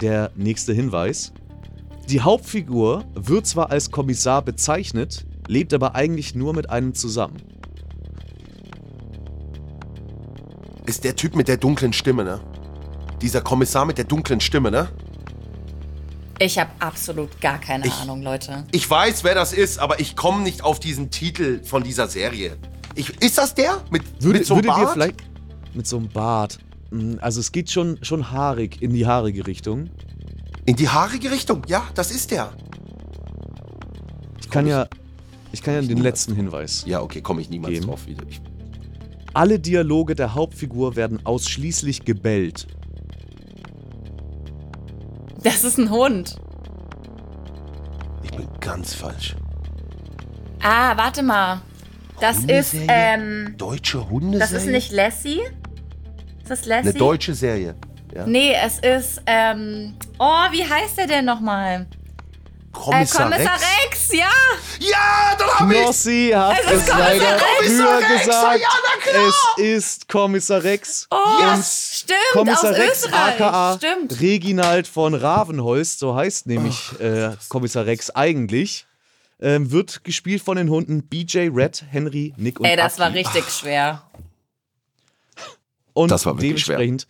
Speaker 2: der nächste Hinweis. Die Hauptfigur wird zwar als Kommissar bezeichnet, lebt aber eigentlich nur mit einem zusammen.
Speaker 5: Ist der Typ mit der dunklen Stimme, ne? Dieser Kommissar mit der dunklen Stimme, ne?
Speaker 4: Ich habe absolut gar keine
Speaker 5: Ich-
Speaker 4: Ahnung, Leute.
Speaker 5: Ich weiß, wer das ist, aber ich komme nicht auf diesen Titel von dieser Serie. Ich, ist das der? Mit, mit so
Speaker 2: würdet
Speaker 5: einem
Speaker 2: ihr
Speaker 5: Bart?
Speaker 2: vielleicht mit so einem Bart? Mm, Also es geht schon schon haarig in die haarige Richtung.
Speaker 5: In die haarige Richtung, ja, das ist der.
Speaker 2: Ich kann ja ich kann ja den letzten Hinweis.
Speaker 5: Ja, okay, komme ich niemals
Speaker 2: Geben.
Speaker 5: drauf wieder. Ich,
Speaker 2: Alle Dialoge der Hauptfigur werden ausschließlich gebellt.
Speaker 4: Das ist ein Hund.
Speaker 5: ich bin ganz falsch.
Speaker 4: Ah, warte mal. Das ist,
Speaker 5: Hundeserie?
Speaker 4: ähm,
Speaker 5: Deutsche Hundeserie?
Speaker 4: das ist nicht Lassie. Ist das Lassie?
Speaker 5: Eine deutsche Serie. Ja.
Speaker 4: Nee, es ist, ähm, oh, wie heißt der denn nochmal?
Speaker 5: Kommissar,
Speaker 4: äh, Kommissar
Speaker 5: Rex?
Speaker 4: Rex, ja.
Speaker 5: Ja, dann hab ich's!
Speaker 2: Knossi hat
Speaker 4: Es
Speaker 2: es
Speaker 4: ist
Speaker 2: leider
Speaker 5: Kommissar
Speaker 2: früher
Speaker 5: Rex!
Speaker 2: gesagt.
Speaker 5: Ja, na klar!
Speaker 2: es ist Kommissar Rex.
Speaker 5: Yes!
Speaker 4: Oh, Stimmt,
Speaker 2: Kommissar
Speaker 4: aus
Speaker 2: Rex,
Speaker 4: Österreich.
Speaker 2: aka
Speaker 4: Stimmt.
Speaker 2: Reginald von Ravenholz, so heißt nämlich äh, Kommissar Rex eigentlich, ähm, wird gespielt von den Hunden BJ, Red, Henry, Nick und
Speaker 4: Ey, das
Speaker 2: Aki.
Speaker 4: war richtig schwer.
Speaker 2: Und
Speaker 5: Das war wirklich schwer.
Speaker 2: dementsprechend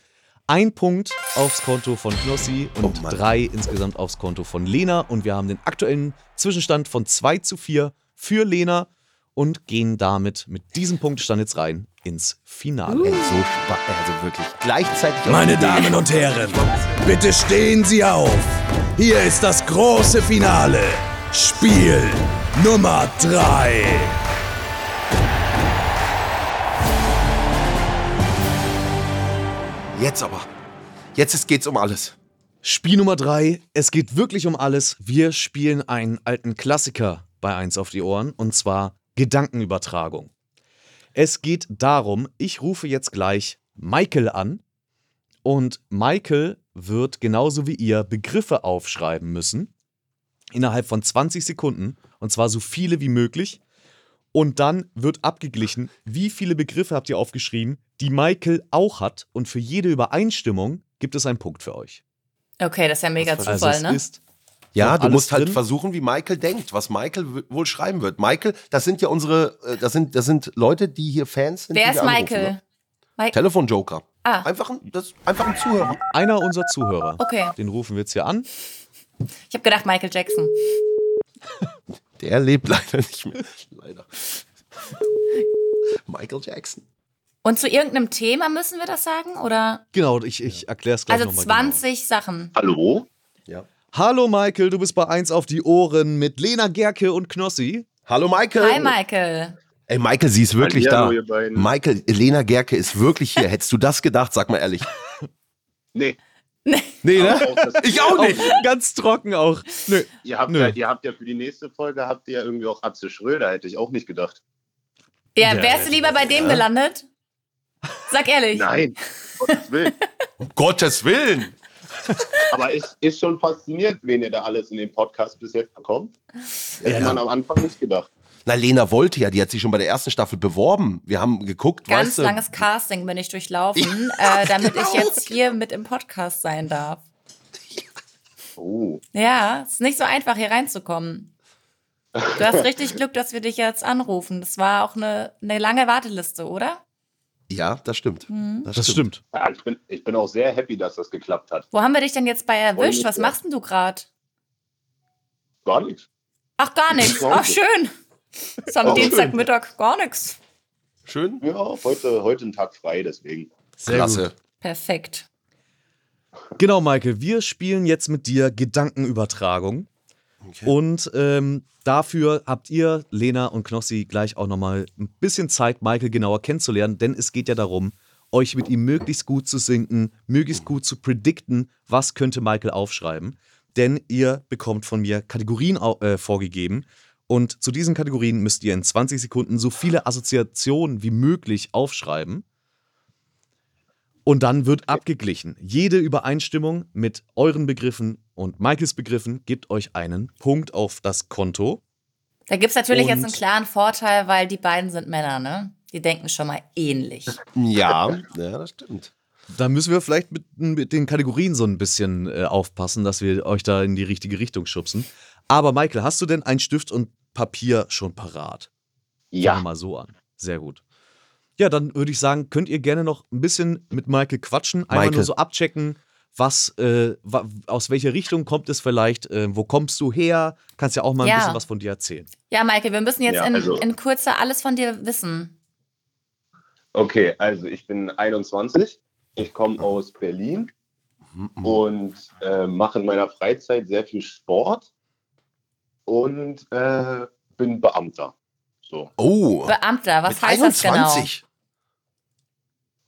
Speaker 2: ein Punkt aufs Konto von Knossi und
Speaker 5: Oh Mann.
Speaker 2: drei insgesamt aufs Konto von Lena. Und wir haben den aktuellen Zwischenstand von 2 zu 4 für Lena und gehen damit mit diesem Punktstand jetzt rein ins Finale.
Speaker 5: Ey, so spa also wirklich. Gleichzeitig auf
Speaker 1: Meine
Speaker 5: dem Weg.
Speaker 1: Damen und Herren, bitte stehen Sie auf. Hier ist das große Finale. Spiel Nummer 3.
Speaker 5: Jetzt aber. Jetzt ist, geht's um alles.
Speaker 2: Spiel Nummer 3. Es geht wirklich um alles. Wir spielen einen alten Klassiker bei 1 auf die Ohren und zwar Gedankenübertragung. Es geht darum, ich rufe jetzt gleich Michael an und Michael wird genauso wie ihr Begriffe aufschreiben müssen innerhalb von 20 Sekunden und zwar so viele wie möglich. Und dann wird abgeglichen, wie viele Begriffe habt ihr aufgeschrieben, die Michael auch hat und für jede Übereinstimmung gibt es einen Punkt für euch.
Speaker 4: Okay, das ist ja mega
Speaker 5: Das war-
Speaker 4: Zufall,
Speaker 2: es
Speaker 4: ne?
Speaker 2: ist
Speaker 5: Ja,
Speaker 2: noch
Speaker 5: du
Speaker 2: Um alles
Speaker 5: musst halt
Speaker 2: drin.
Speaker 5: versuchen, wie Michael denkt, was Michael w- wohl schreiben wird. Michael, das sind ja unsere, äh, das sind, das sind Leute, die hier Fans sind. die
Speaker 4: Wer ist
Speaker 5: wir anrufen,
Speaker 4: Michael?
Speaker 5: Ne? Telefonjoker.
Speaker 4: Ah.
Speaker 5: Einfach, ein, das, einfach ein Zuhörer.
Speaker 2: einer unserer Zuhörer.
Speaker 4: Okay.
Speaker 2: Den rufen wir jetzt hier an.
Speaker 4: Ich habe gedacht Michael Jackson.
Speaker 5: Der lebt leider nicht mehr. leider. Michael Jackson.
Speaker 4: Und zu irgendeinem Thema müssen wir das sagen, oder?
Speaker 2: Genau, und ich, ich erkläre es gleich
Speaker 4: Also
Speaker 2: nochmal.
Speaker 4: 20 Sachen.
Speaker 7: Hallo?
Speaker 5: Ja.
Speaker 2: Genau. Hallo Michael, du bist bei 1 auf die Ohren mit Lena Gerke und Knossi.
Speaker 5: Hallo Michael.
Speaker 4: Hi Michael.
Speaker 5: Ey, Michael, sie ist wirklich
Speaker 8: Hallihallo,
Speaker 5: da.
Speaker 8: ihr beiden.
Speaker 5: Michael, Elena Gerke ist wirklich hier. Hättest du das gedacht? Sag mal ehrlich.
Speaker 8: Nee,
Speaker 5: Nee, ne?
Speaker 8: auch das,
Speaker 5: Ich auch nicht.
Speaker 2: Ganz trocken auch. Nö.
Speaker 8: ihr, habt
Speaker 2: Nö.
Speaker 8: ja, ihr habt ja für die nächste Folge habt ihr ja irgendwie auch Atze Schröder, hätte ich auch nicht gedacht.
Speaker 4: Ja,
Speaker 2: Ja,
Speaker 4: wärst du lieber bei dem gelandet? Sag ehrlich.
Speaker 8: Nein, um Gottes Willen.
Speaker 5: Um Gottes Willen.
Speaker 8: Aber es ist schon faszinierend, wen ihr da alles in den Podcast bis jetzt bekommt. Hätte man am Anfang nicht gedacht.
Speaker 5: Na, Lena wollte ja, die hat sich schon bei der ersten Staffel beworben. Wir haben geguckt,
Speaker 4: Ganz
Speaker 5: weißt du.
Speaker 4: langes Casting bin ich durchlaufen, äh, damit ich jetzt hier mit im Podcast sein darf.
Speaker 8: Oh,
Speaker 4: Ja, ist nicht so einfach, hier reinzukommen. Du hast richtig Glück, dass wir dich jetzt anrufen. Das war auch eine, eine lange Warteliste, oder?
Speaker 5: Ja, das stimmt.
Speaker 4: Mhm.
Speaker 5: Das,
Speaker 2: Das
Speaker 5: stimmt.
Speaker 2: stimmt.
Speaker 8: ja, ich, bin, ich bin auch sehr happy, dass das geklappt hat.
Speaker 4: Wo haben wir dich denn jetzt bei erwischt?
Speaker 8: Voll
Speaker 4: Was
Speaker 8: mit,
Speaker 4: machst denn du gerade?
Speaker 8: Gar nichts.
Speaker 4: Ach, gar nichts. Ach, schön. Ist am
Speaker 8: Oh, schön.
Speaker 4: Dienstagmittag gar nichts.
Speaker 5: Schön.
Speaker 8: Ja, heute, heute einen Tag frei, deswegen.
Speaker 2: Sehr
Speaker 5: Klasse.
Speaker 4: Perfekt.
Speaker 2: Genau, Michael, wir spielen jetzt mit dir Gedankenübertragung. Und ähm, dafür habt ihr, Lena und Knossi, gleich auch nochmal ein bisschen Zeit, Michael genauer kennenzulernen, denn es geht ja darum, euch mit ihm möglichst gut zu sinken, möglichst gut zu predikten, was könnte Michael aufschreiben. Denn ihr bekommt von mir Kategorien au- äh, vorgegeben. Und zu diesen Kategorien müsst ihr in 20 Sekunden so viele Assoziationen wie möglich aufschreiben. Und dann wird abgeglichen. Jede Übereinstimmung mit euren Begriffen und Michaels Begriffen gibt euch einen Punkt auf das Konto.
Speaker 4: Da gibt es natürlich jetzt
Speaker 2: Und-
Speaker 4: einen klaren Vorteil, weil die beiden sind Männer, ne? Die denken schon mal ähnlich.
Speaker 5: Ja, ja, das stimmt.
Speaker 2: Da müssen wir vielleicht mit, mit den Kategorien so ein bisschen äh, aufpassen, dass wir euch da in die richtige Richtung schubsen. Aber Michael, hast du denn einen Stift und Papier schon parat? Fangen wir
Speaker 8: Ja,
Speaker 2: mal so an. Sehr gut. Ja, dann würde ich sagen, könnt ihr gerne noch ein bisschen mit Michael quatschen, einmal
Speaker 5: Michael.
Speaker 2: nur so abchecken, was, äh, wa- aus welcher Richtung kommt es vielleicht, äh, wo kommst du her? Kannst ja auch mal ein
Speaker 4: Ja.
Speaker 2: bisschen was von dir erzählen.
Speaker 4: Ja, Maike, wir müssen jetzt
Speaker 8: Ja,
Speaker 4: in,
Speaker 8: also-
Speaker 4: in Kürze alles von dir wissen.
Speaker 8: okay, also ich bin 21, ich
Speaker 5: Mhm.
Speaker 8: komme aus Berlin und äh, mache in meiner Freizeit sehr viel Sport und äh, bin Beamter. So.
Speaker 5: Oh,
Speaker 4: Beamter, was
Speaker 5: mit
Speaker 4: heißt genau?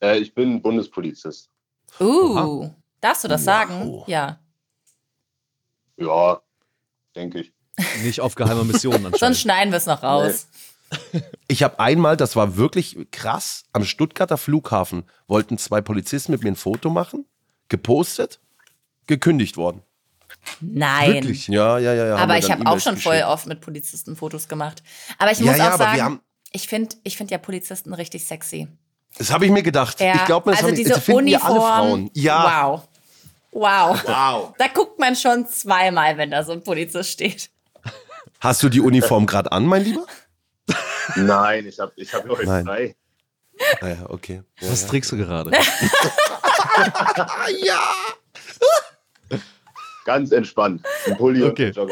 Speaker 8: Äh, ich bin Bundespolizist.
Speaker 4: das genau? Uh, darfst du das sagen?
Speaker 5: Wow.
Speaker 4: Ja.
Speaker 8: Ja, denke ich.
Speaker 2: Nicht auf geheimer Mission
Speaker 4: Sonst
Speaker 2: anscheinend.
Speaker 4: schneiden wir es noch raus.
Speaker 5: Ich habe einmal, das war wirklich krass, am Stuttgarter Flughafen wollten zwei Polizisten mit mir ein Foto machen, gepostet, gekündigt worden.
Speaker 4: Nein.
Speaker 2: Wirklich?
Speaker 5: Ja, ja, ja. ja haben
Speaker 4: Aber
Speaker 5: mir
Speaker 4: ich
Speaker 5: dann
Speaker 4: habe auch
Speaker 5: E-Mails
Speaker 4: schon voll
Speaker 5: geschickt.
Speaker 4: oft mit Polizisten Fotos gemacht. Aber ich
Speaker 5: Ja,
Speaker 4: muss
Speaker 5: ja,
Speaker 4: auch
Speaker 5: aber wir
Speaker 4: sagen,
Speaker 5: haben-
Speaker 4: ich finde ich find ja Polizisten richtig sexy.
Speaker 5: Das habe ich mir gedacht.
Speaker 4: Ja,
Speaker 5: Ich glaube, das
Speaker 4: also
Speaker 5: haben
Speaker 4: diese
Speaker 5: das finden ja
Speaker 4: Uniform.
Speaker 5: alle Frauen. Ja,
Speaker 4: Wow. Wow.
Speaker 5: Wow.
Speaker 4: Da guckt man schon zweimal, wenn da so ein Polizist steht.
Speaker 5: Hast du die Uniform gerade an, mein Lieber?
Speaker 8: Nein, ich habe ich hab heute
Speaker 5: Nein.
Speaker 8: frei.
Speaker 5: Naja, okay. Ah Ja.
Speaker 2: Was trägst du gerade?
Speaker 8: Ganz entspannt. Ein Pulli
Speaker 2: Okay.
Speaker 8: und ein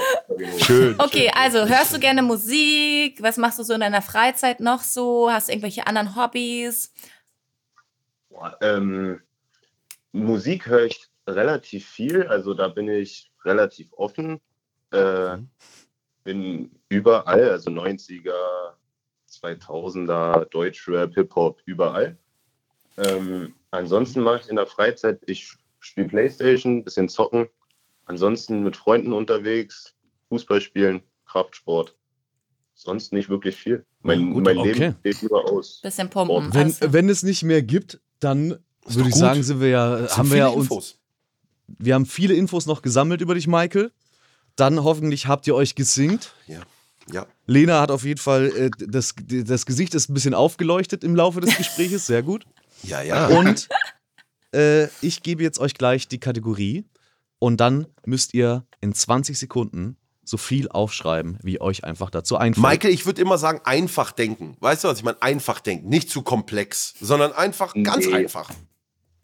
Speaker 8: Jogger.
Speaker 5: Schön.
Speaker 4: Okay, also hörst du gerne Musik? Was machst du so in deiner Freizeit noch so? Hast du irgendwelche anderen Hobbys?
Speaker 8: Boah, ähm, Musik höre ich relativ viel, also da bin ich relativ offen. Äh, Bin überall, also 90er, 2000er, Deutschrap, Hip-Hop, überall. Ähm, ansonsten mache ich in der Freizeit, ich spiele Playstation, bisschen zocken. Ansonsten mit Freunden unterwegs, Fußball spielen, Kraftsport. Sonst nicht wirklich viel. Mein,
Speaker 2: Gut,
Speaker 8: mein
Speaker 2: okay.
Speaker 8: Leben sieht über aus.
Speaker 4: Bisschen pumpen.
Speaker 2: Wenn,
Speaker 4: alles klar.
Speaker 2: wenn es nicht mehr gibt, dann
Speaker 5: Ist
Speaker 2: würde
Speaker 5: doch
Speaker 2: ich
Speaker 5: gut.
Speaker 2: sagen, sind wir ja,
Speaker 5: Das
Speaker 2: haben
Speaker 5: sind
Speaker 2: wir ja
Speaker 5: viele
Speaker 2: uns,
Speaker 5: Infos.
Speaker 2: wir haben viele Infos noch gesammelt über dich, Michael. Dann hoffentlich habt ihr euch gesinkt.
Speaker 5: Ja.
Speaker 2: Lena hat auf jeden Fall, äh, das, das Gesicht ist ein bisschen aufgeleuchtet im Laufe des Gespräches, sehr gut.
Speaker 5: Ja, ja.
Speaker 2: Und äh, ich gebe jetzt euch gleich die Kategorie und dann müsst ihr in 20 Sekunden so viel aufschreiben, wie euch einfach dazu einfällt.
Speaker 5: Michael, ich würde immer sagen, einfach denken. Weißt du, was ich meine? Einfach denken. Nicht zu komplex, sondern einfach, ganz
Speaker 8: Nee.
Speaker 5: einfach.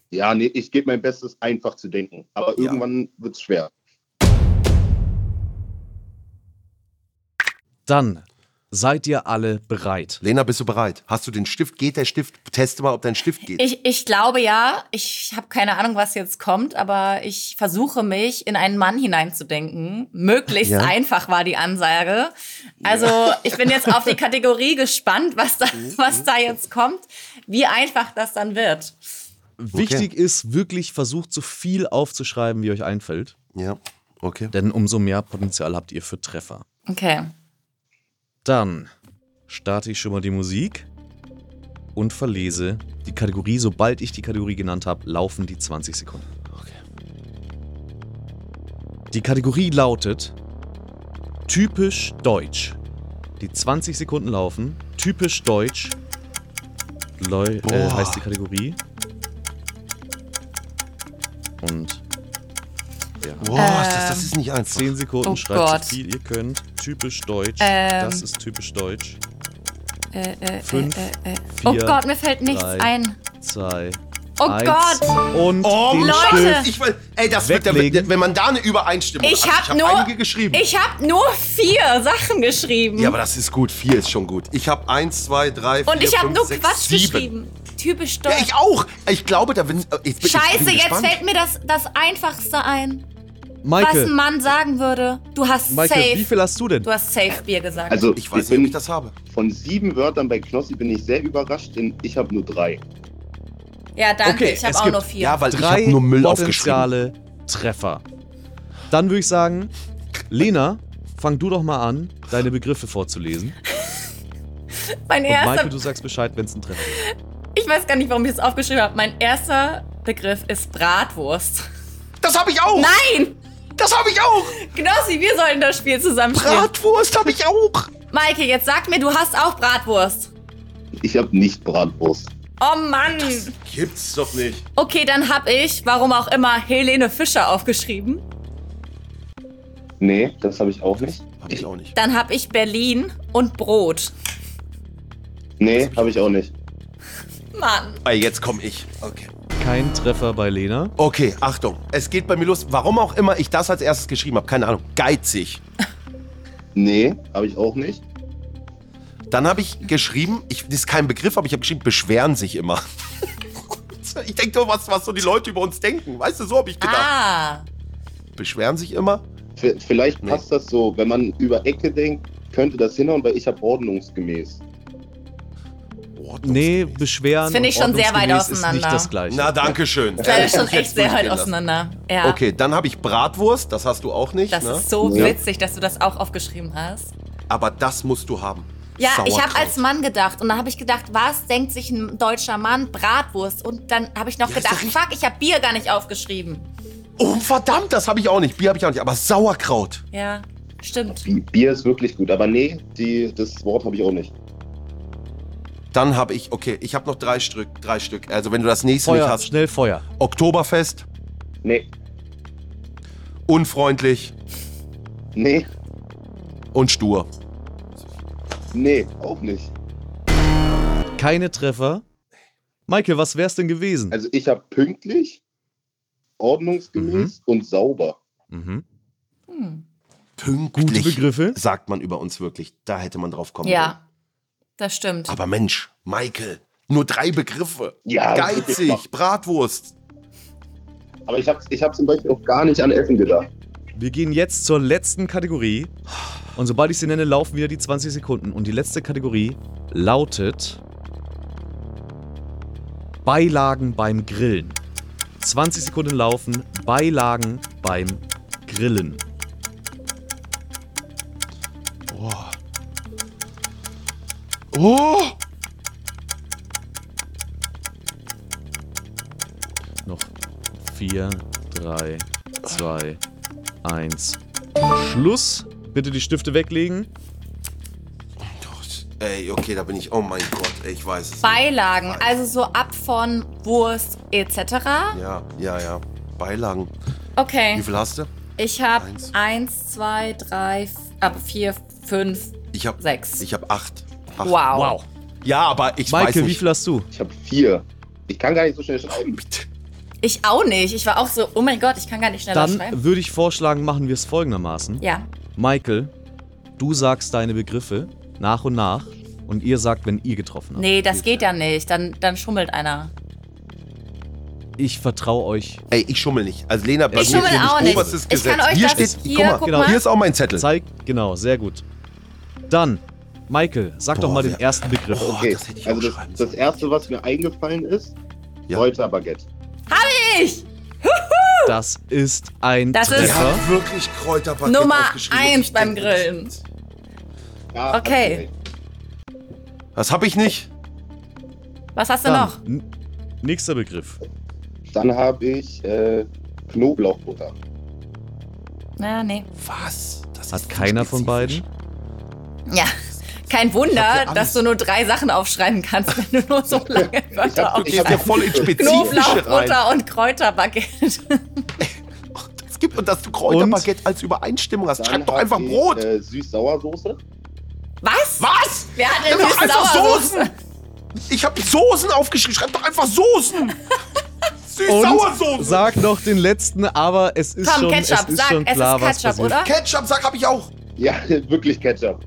Speaker 8: Ja, nee, ich gebe mein Bestes, einfach zu denken. Aber
Speaker 5: Ja.
Speaker 8: irgendwann wird es schwer.
Speaker 2: Dann seid ihr alle bereit.
Speaker 5: Lena, bist du bereit? Hast du den Stift? Geht der Stift? Teste mal, ob dein Stift geht.
Speaker 4: Ich, ich glaube ja, ich habe keine Ahnung, was jetzt kommt, aber ich versuche mich in einen Mann hineinzudenken. Möglichst
Speaker 5: Ja.
Speaker 4: einfach war die Ansage. Also ich bin jetzt auf die Kategorie gespannt, was da,
Speaker 5: Mhm.
Speaker 4: was da jetzt kommt, wie einfach das dann wird.
Speaker 2: Wichtig ist wirklich, versucht so viel aufzuschreiben, wie euch einfällt.
Speaker 5: ja, okay.
Speaker 2: denn umso mehr Potenzial habt ihr für Treffer.
Speaker 4: Okay.
Speaker 2: Dann starte ich schon mal die Musik und verlese die Kategorie. Sobald ich die Kategorie genannt habe, laufen die 20 Sekunden. Die Kategorie lautet typisch deutsch. Die 20 Sekunden laufen. Typisch deutsch Leu äh,
Speaker 5: Boah.
Speaker 2: heißt die Kategorie. Und
Speaker 5: Boah, das,
Speaker 4: Ähm,
Speaker 5: das ist nicht einfach.
Speaker 2: 10 Sekunden
Speaker 4: Oh
Speaker 2: schreibt
Speaker 4: Gott.
Speaker 2: so viel ihr könnt. Typisch deutsch.
Speaker 4: Ähm.
Speaker 2: Das ist typisch deutsch.
Speaker 4: Äh, äh,
Speaker 2: Fünf,
Speaker 4: äh, äh, äh.
Speaker 2: vier,
Speaker 4: oh Gott, mir fällt nichts
Speaker 2: drei.
Speaker 4: ein.
Speaker 2: Zwei.
Speaker 4: Oh
Speaker 2: eins.
Speaker 4: Gott.
Speaker 2: Und
Speaker 5: Oh,
Speaker 2: den
Speaker 4: Leute.
Speaker 2: Stift.
Speaker 5: Ich will, ey, das wird, der,
Speaker 2: Weglegen.
Speaker 5: wenn man da eine Übereinstimmung
Speaker 4: Ich
Speaker 5: hat.
Speaker 4: habe nur,
Speaker 5: einige geschrieben.
Speaker 4: ich habe nur vier Sachen geschrieben
Speaker 5: ja, aber das ist gut. Vier ist schon gut. Ich habe eins, zwei, drei, vier,
Speaker 4: und ich habe
Speaker 5: fünf,
Speaker 4: nur
Speaker 5: sechs,
Speaker 4: Quatsch
Speaker 5: sieben.
Speaker 4: geschrieben. Typisch
Speaker 5: Ja,
Speaker 4: deutsch.
Speaker 5: ich auch. Ich glaube, da bin ich. bin- ich
Speaker 4: Scheiße,
Speaker 5: bin
Speaker 4: jetzt
Speaker 5: gespannt.
Speaker 4: fällt mir das, das Einfachste ein. was ein
Speaker 2: Maike,
Speaker 4: Mann sagen würde. Du hast
Speaker 2: Maike, wie
Speaker 4: safe.
Speaker 2: viel hast du denn?
Speaker 4: Du hast safe Bier gesagt.
Speaker 8: Also,
Speaker 5: Ich weiß nicht,
Speaker 8: bin
Speaker 5: ob ich das habe.
Speaker 8: von sieben Wörtern bei Knossi bin ich sehr überrascht, denn ich habe nur drei.
Speaker 4: Ja, danke.
Speaker 2: Okay,
Speaker 4: ich habe
Speaker 2: es
Speaker 4: auch
Speaker 2: gibt-
Speaker 4: nur vier.
Speaker 5: Ja, weil ich
Speaker 2: Drei
Speaker 5: habe nur Müll aufgeschrieben.
Speaker 2: potenziale Treffer. Dann würde ich sagen, Lena, fang du doch mal an, deine Begriffe vorzulesen.
Speaker 4: mein
Speaker 2: Und Michael,
Speaker 4: erster,
Speaker 2: du sagst Bescheid, wenn es ein Treffer ist.
Speaker 4: ich weiß gar nicht, warum ich das aufgeschrieben habe. Mein erster Begriff ist Bratwurst.
Speaker 5: Das habe ich auch!
Speaker 4: Nein!
Speaker 5: Das habe ich auch!
Speaker 4: Knossi, wir sollten das Spiel zusammen spielen.
Speaker 5: Bratwurst habe ich auch!
Speaker 4: Maike, jetzt sag mir, du hast auch Bratwurst.
Speaker 8: Ich habe nicht Bratwurst.
Speaker 4: Oh Mann!
Speaker 5: Gibt's doch nicht.
Speaker 4: Okay, dann hab ich, warum auch immer, Helene Fischer aufgeschrieben.
Speaker 8: Nee, das habe ich auch nicht.
Speaker 5: Hab ich auch nicht.
Speaker 4: Dann hab ich Berlin und Brot.
Speaker 8: Nee, habe ich auch nicht.
Speaker 4: Mann.
Speaker 5: Ah, jetzt komm ich. Okay.
Speaker 2: Kein Treffer bei Lena.
Speaker 5: Okay, Achtung. Es geht bei mir los. Warum auch immer ich das als erstes geschrieben habe. Keine Ahnung. Geizig.
Speaker 8: Nee, habe ich auch nicht.
Speaker 5: Dann habe ich geschrieben, ich, das ist kein Begriff, aber ich habe geschrieben, beschweren sich immer. ich denke doch, was, was so die Leute über uns denken. Weißt du, so habe ich gedacht.
Speaker 4: Ah.
Speaker 5: Beschweren sich immer?
Speaker 8: V vielleicht
Speaker 5: Nee.
Speaker 8: passt das so, wenn man über Ecke denkt, könnte das hinhauen, weil ich habe ordnungsgemäß.
Speaker 5: Ordnungs-
Speaker 2: Nee, beschweren.
Speaker 4: Das finde ich
Speaker 2: und
Speaker 4: schon sehr weit
Speaker 2: ordnungsgemäß Ist nicht
Speaker 4: auseinander.
Speaker 2: das gleiche.
Speaker 5: Na, danke schön.
Speaker 4: Das ist schon
Speaker 5: Hätte
Speaker 4: echt
Speaker 5: ich jetzt
Speaker 4: sehr weit
Speaker 5: durchgehen lassen.
Speaker 4: auseinander. Ja.
Speaker 5: Okay, dann habe ich Bratwurst, das hast du auch nicht,
Speaker 4: Das
Speaker 5: ne?
Speaker 4: ist so
Speaker 8: Ja.
Speaker 4: witzig, dass du das auch aufgeschrieben hast.
Speaker 5: aber das musst du haben.
Speaker 4: Ja, ich habe
Speaker 5: Sauerkraut.
Speaker 4: als Mann gedacht und dann habe ich gedacht, was denkt sich ein deutscher Mann? Bratwurst. Und dann habe ich noch
Speaker 5: ist
Speaker 4: gedacht,
Speaker 5: doch nicht-
Speaker 4: fuck, ich habe Bier gar nicht aufgeschrieben.
Speaker 5: Oh, verdammt, das habe ich auch nicht. Bier habe ich auch nicht, aber Sauerkraut.
Speaker 4: Ja, stimmt.
Speaker 8: Bi- Bier ist wirklich gut, aber nee, die, das Wort habe ich auch nicht.
Speaker 5: Dann habe ich, okay, ich habe noch drei Stück, drei Stück. Also wenn du das nächste nicht
Speaker 2: Feuer,
Speaker 5: hast,
Speaker 2: schnell Feuer.
Speaker 5: Oktoberfest,
Speaker 8: Nee,
Speaker 5: unfreundlich
Speaker 8: nee,
Speaker 5: und stur.
Speaker 8: nee, auch nicht.
Speaker 2: Keine Treffer. Michael, was wär's denn gewesen?
Speaker 8: Also ich habe pünktlich, ordnungsgemäß und sauber.
Speaker 2: mhm.
Speaker 4: Hm.
Speaker 2: Gute
Speaker 5: Pünktlich
Speaker 2: Begriffe.
Speaker 5: sagt man über uns wirklich. Da hätte man drauf kommen können.
Speaker 4: Ja, das stimmt.
Speaker 5: Aber Mensch, Michael, nur drei Begriffe.
Speaker 8: Ja, das ist
Speaker 5: Geizig,
Speaker 8: super.
Speaker 5: Bratwurst.
Speaker 8: Aber ich habe ich hab zum Beispiel auch gar nicht an Essen gedacht.
Speaker 2: Wir gehen jetzt zur letzten Kategorie. Und sobald ich sie nenne, laufen wieder die 20 Sekunden. Und die letzte Kategorie lautet Beilagen beim Grillen. 20 Sekunden laufen, Beilagen beim Grillen.
Speaker 5: Oh,
Speaker 2: Noch 4, 3, 2, 1. Schluss. Bitte die Stifte weglegen.
Speaker 5: ey, okay, da bin ich, oh mein Gott, ey, ich weiß es.
Speaker 4: Beilagen, also so ab von Wurst etc.
Speaker 5: Ja, ja, ja. Beilagen. Wie
Speaker 4: Okay,
Speaker 5: viel hast du?
Speaker 4: ich habe
Speaker 5: Eins.
Speaker 4: eins, zwei, drei, f- ab vier, fünf.
Speaker 5: Ich habe
Speaker 4: Sechs.
Speaker 5: Ich habe acht. acht.
Speaker 4: Wow.
Speaker 5: Ja, aber ich weiß
Speaker 2: Michael,
Speaker 5: nicht.
Speaker 2: wie viel hast du?
Speaker 8: Ich habe vier. Ich kann gar nicht so schnell schreiben.
Speaker 4: Ich auch nicht. Ich war auch so, oh mein Gott, ich kann gar nicht schneller schreiben.
Speaker 2: Dann würde ich vorschlagen, machen wir es folgendermaßen.
Speaker 4: Ja,
Speaker 2: Michael, du sagst deine Begriffe nach und nach und ihr sagt, wenn ihr getroffen habt.
Speaker 4: nee, das geht ja nicht. Dann, dann schummelt einer.
Speaker 2: Ich vertraue euch.
Speaker 5: Ey, ich schummel nicht. Also Lena, bei
Speaker 4: Ich
Speaker 5: mir
Speaker 4: schummel
Speaker 5: steht
Speaker 4: auch nicht.
Speaker 5: oberstes
Speaker 4: Ich
Speaker 5: Gesetz.
Speaker 4: kann euch
Speaker 5: hier
Speaker 4: das-
Speaker 5: steht,
Speaker 4: hier,
Speaker 5: guck mal,
Speaker 4: guck mal.
Speaker 5: hier ist auch mein Zettel.
Speaker 2: Zeig, genau, sehr gut. Dann, Michael, sag doch
Speaker 5: Boah,
Speaker 2: mal den
Speaker 5: wer-
Speaker 2: ersten Begriff.
Speaker 5: Oh,
Speaker 8: Okay,
Speaker 5: das hätte ich auch
Speaker 8: also
Speaker 5: schreiben
Speaker 8: das, das
Speaker 5: sollen.
Speaker 8: erste, was mir eingefallen ist,
Speaker 5: Ja.
Speaker 8: Kräuterbaguette.
Speaker 4: Ich!
Speaker 2: Das ist ein
Speaker 4: Das ist-
Speaker 5: Die
Speaker 2: Treffer.
Speaker 5: hat wirklich Kräuterbaguette
Speaker 4: Nummer
Speaker 5: aufgeschrieben und
Speaker 4: eins
Speaker 5: ich
Speaker 4: beim
Speaker 5: denk-
Speaker 4: Grillen.
Speaker 8: Ja, hast
Speaker 4: Okay.
Speaker 8: du recht.
Speaker 5: Das hab ich nicht.
Speaker 4: Was hast du
Speaker 2: Dann,
Speaker 4: noch?
Speaker 2: n- nächster Begriff.
Speaker 8: Dann habe ich äh, Knoblauchbutter.
Speaker 4: Na, nee.
Speaker 5: Was? Das
Speaker 2: Hat
Speaker 5: ist
Speaker 2: keiner
Speaker 5: spezifisch.
Speaker 2: von beiden?
Speaker 4: Ja, kein
Speaker 5: Ich hab
Speaker 4: Wunder,
Speaker 5: hier alles.
Speaker 4: dass du nur drei Sachen aufschreiben kannst, wenn du nur so lange Wörter
Speaker 8: hab-
Speaker 5: Ich hab ja
Speaker 4: aufschreibst.
Speaker 5: voll in spezifische rein.
Speaker 4: Knoblauchbutter und Kräuterbaguette.
Speaker 5: Es gibt und dass du Kräuterbaguette als Übereinstimmung hast. Schreib doch
Speaker 8: hab
Speaker 5: einfach
Speaker 8: ich,
Speaker 5: Brot.
Speaker 8: Äh, Süß-Sauersoße.
Speaker 4: Was?
Speaker 5: Was?
Speaker 4: Wer hat denn
Speaker 5: Schreib doch
Speaker 4: süße
Speaker 5: einfach
Speaker 4: Sauersoße?
Speaker 5: Soßen. Ich hab Soßen aufgeschrieben. Schreib doch einfach Soßen.
Speaker 2: Und
Speaker 5: Süß-Sauersoße.
Speaker 2: sag noch den letzten, aber es ist
Speaker 4: Komm,
Speaker 2: schon,
Speaker 4: Ketchup,
Speaker 2: es ist
Speaker 4: sag,
Speaker 2: schon
Speaker 4: es
Speaker 2: klar,
Speaker 4: ist Ketchup,
Speaker 2: was passiert.
Speaker 4: oder?
Speaker 5: Ketchup, sag, hab ich auch.
Speaker 8: Ja, wirklich Ketchup.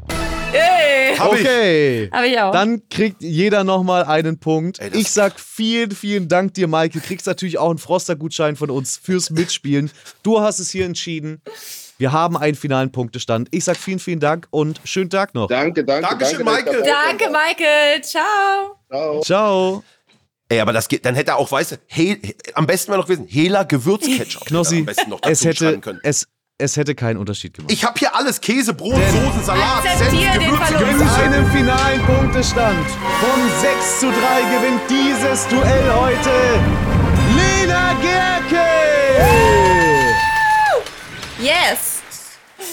Speaker 4: Ey!
Speaker 5: Hab ich.
Speaker 2: Okay.
Speaker 4: Hab ich auch.
Speaker 2: Dann kriegt jeder nochmal einen Punkt.
Speaker 5: Ey, das-
Speaker 2: ich sag vielen, vielen Dank dir, Maike. Kriegst natürlich auch einen Froster-Gutschein von uns fürs Mitspielen. Du hast es hier entschieden. Wir haben einen finalen Punktestand. Ich sag vielen, vielen Dank und schönen Tag noch.
Speaker 8: Danke, danke.
Speaker 5: Dankeschön,
Speaker 8: danke, dass ich
Speaker 5: Michael.
Speaker 8: dabei sein
Speaker 4: Danke, Michael. Ciao.
Speaker 8: darf. Ciao.
Speaker 2: Ciao.
Speaker 5: Ey, aber das geht, dann hätte er auch, weißt du, He am besten wäre noch gewesen, Hela Gewürzketchup. hätte er
Speaker 2: Knossi,
Speaker 5: am besten noch dazu
Speaker 2: es hätte,
Speaker 5: schreiben können.
Speaker 2: es, es hätte keinen Unterschied gemacht.
Speaker 5: Ich habe hier alles: Käse, Brot, Soßen, Salat, Senf,
Speaker 4: Akzeptiere den
Speaker 5: Gewürze,
Speaker 4: Verlust.
Speaker 5: Gemüse.
Speaker 2: einem finalen Punktestand von 6 zu 3 gewinnt dieses Duell heute Lena Gerke.
Speaker 4: Yes!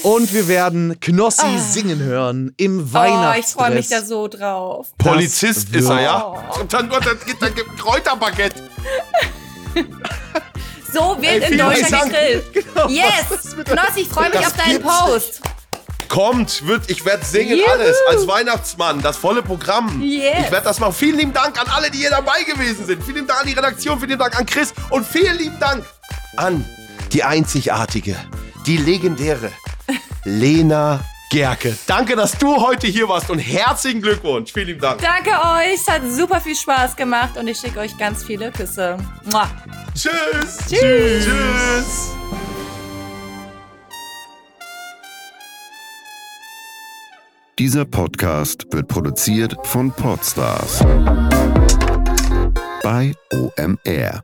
Speaker 2: Und wir werden Knossi singen hören im
Speaker 4: Ah. Oh,
Speaker 2: Weihnachtsdress.
Speaker 4: ich freue mich da so drauf.
Speaker 5: Polizist
Speaker 2: Das
Speaker 5: ist er,
Speaker 2: wird-
Speaker 5: ja? Und dann, dann, gibt- dann gibt Kräuterbaguette.
Speaker 4: So wird
Speaker 5: Ey,
Speaker 4: in
Speaker 5: vielen
Speaker 4: Deutschland
Speaker 5: Dank. Genau,
Speaker 4: gegrillt. yes! Knoss, ich freue mich
Speaker 5: Das
Speaker 4: auf deinen
Speaker 5: gibt's
Speaker 4: Post.
Speaker 5: Kommt, wird, ich werde singen
Speaker 4: Juhu.
Speaker 5: alles als Weihnachtsmann, das volle Programm.
Speaker 4: Yes.
Speaker 5: Ich werde das machen. Vielen lieben Dank an alle, die hier dabei gewesen sind. Vielen lieben Dank an die Redaktion, vielen lieben Dank an Chris und vielen lieben Dank an die einzigartige, die legendäre Lena Gerke. Danke, dass du heute hier warst und herzlichen Glückwunsch. Vielen lieben Dank.
Speaker 4: Danke euch, es hat super viel Spaß gemacht und ich schicke euch ganz viele Küsse. Mua.
Speaker 5: Tschüss. Tschüss. Tschüss.
Speaker 9: Dieser Podcast wird produziert von Podstars bei OMR.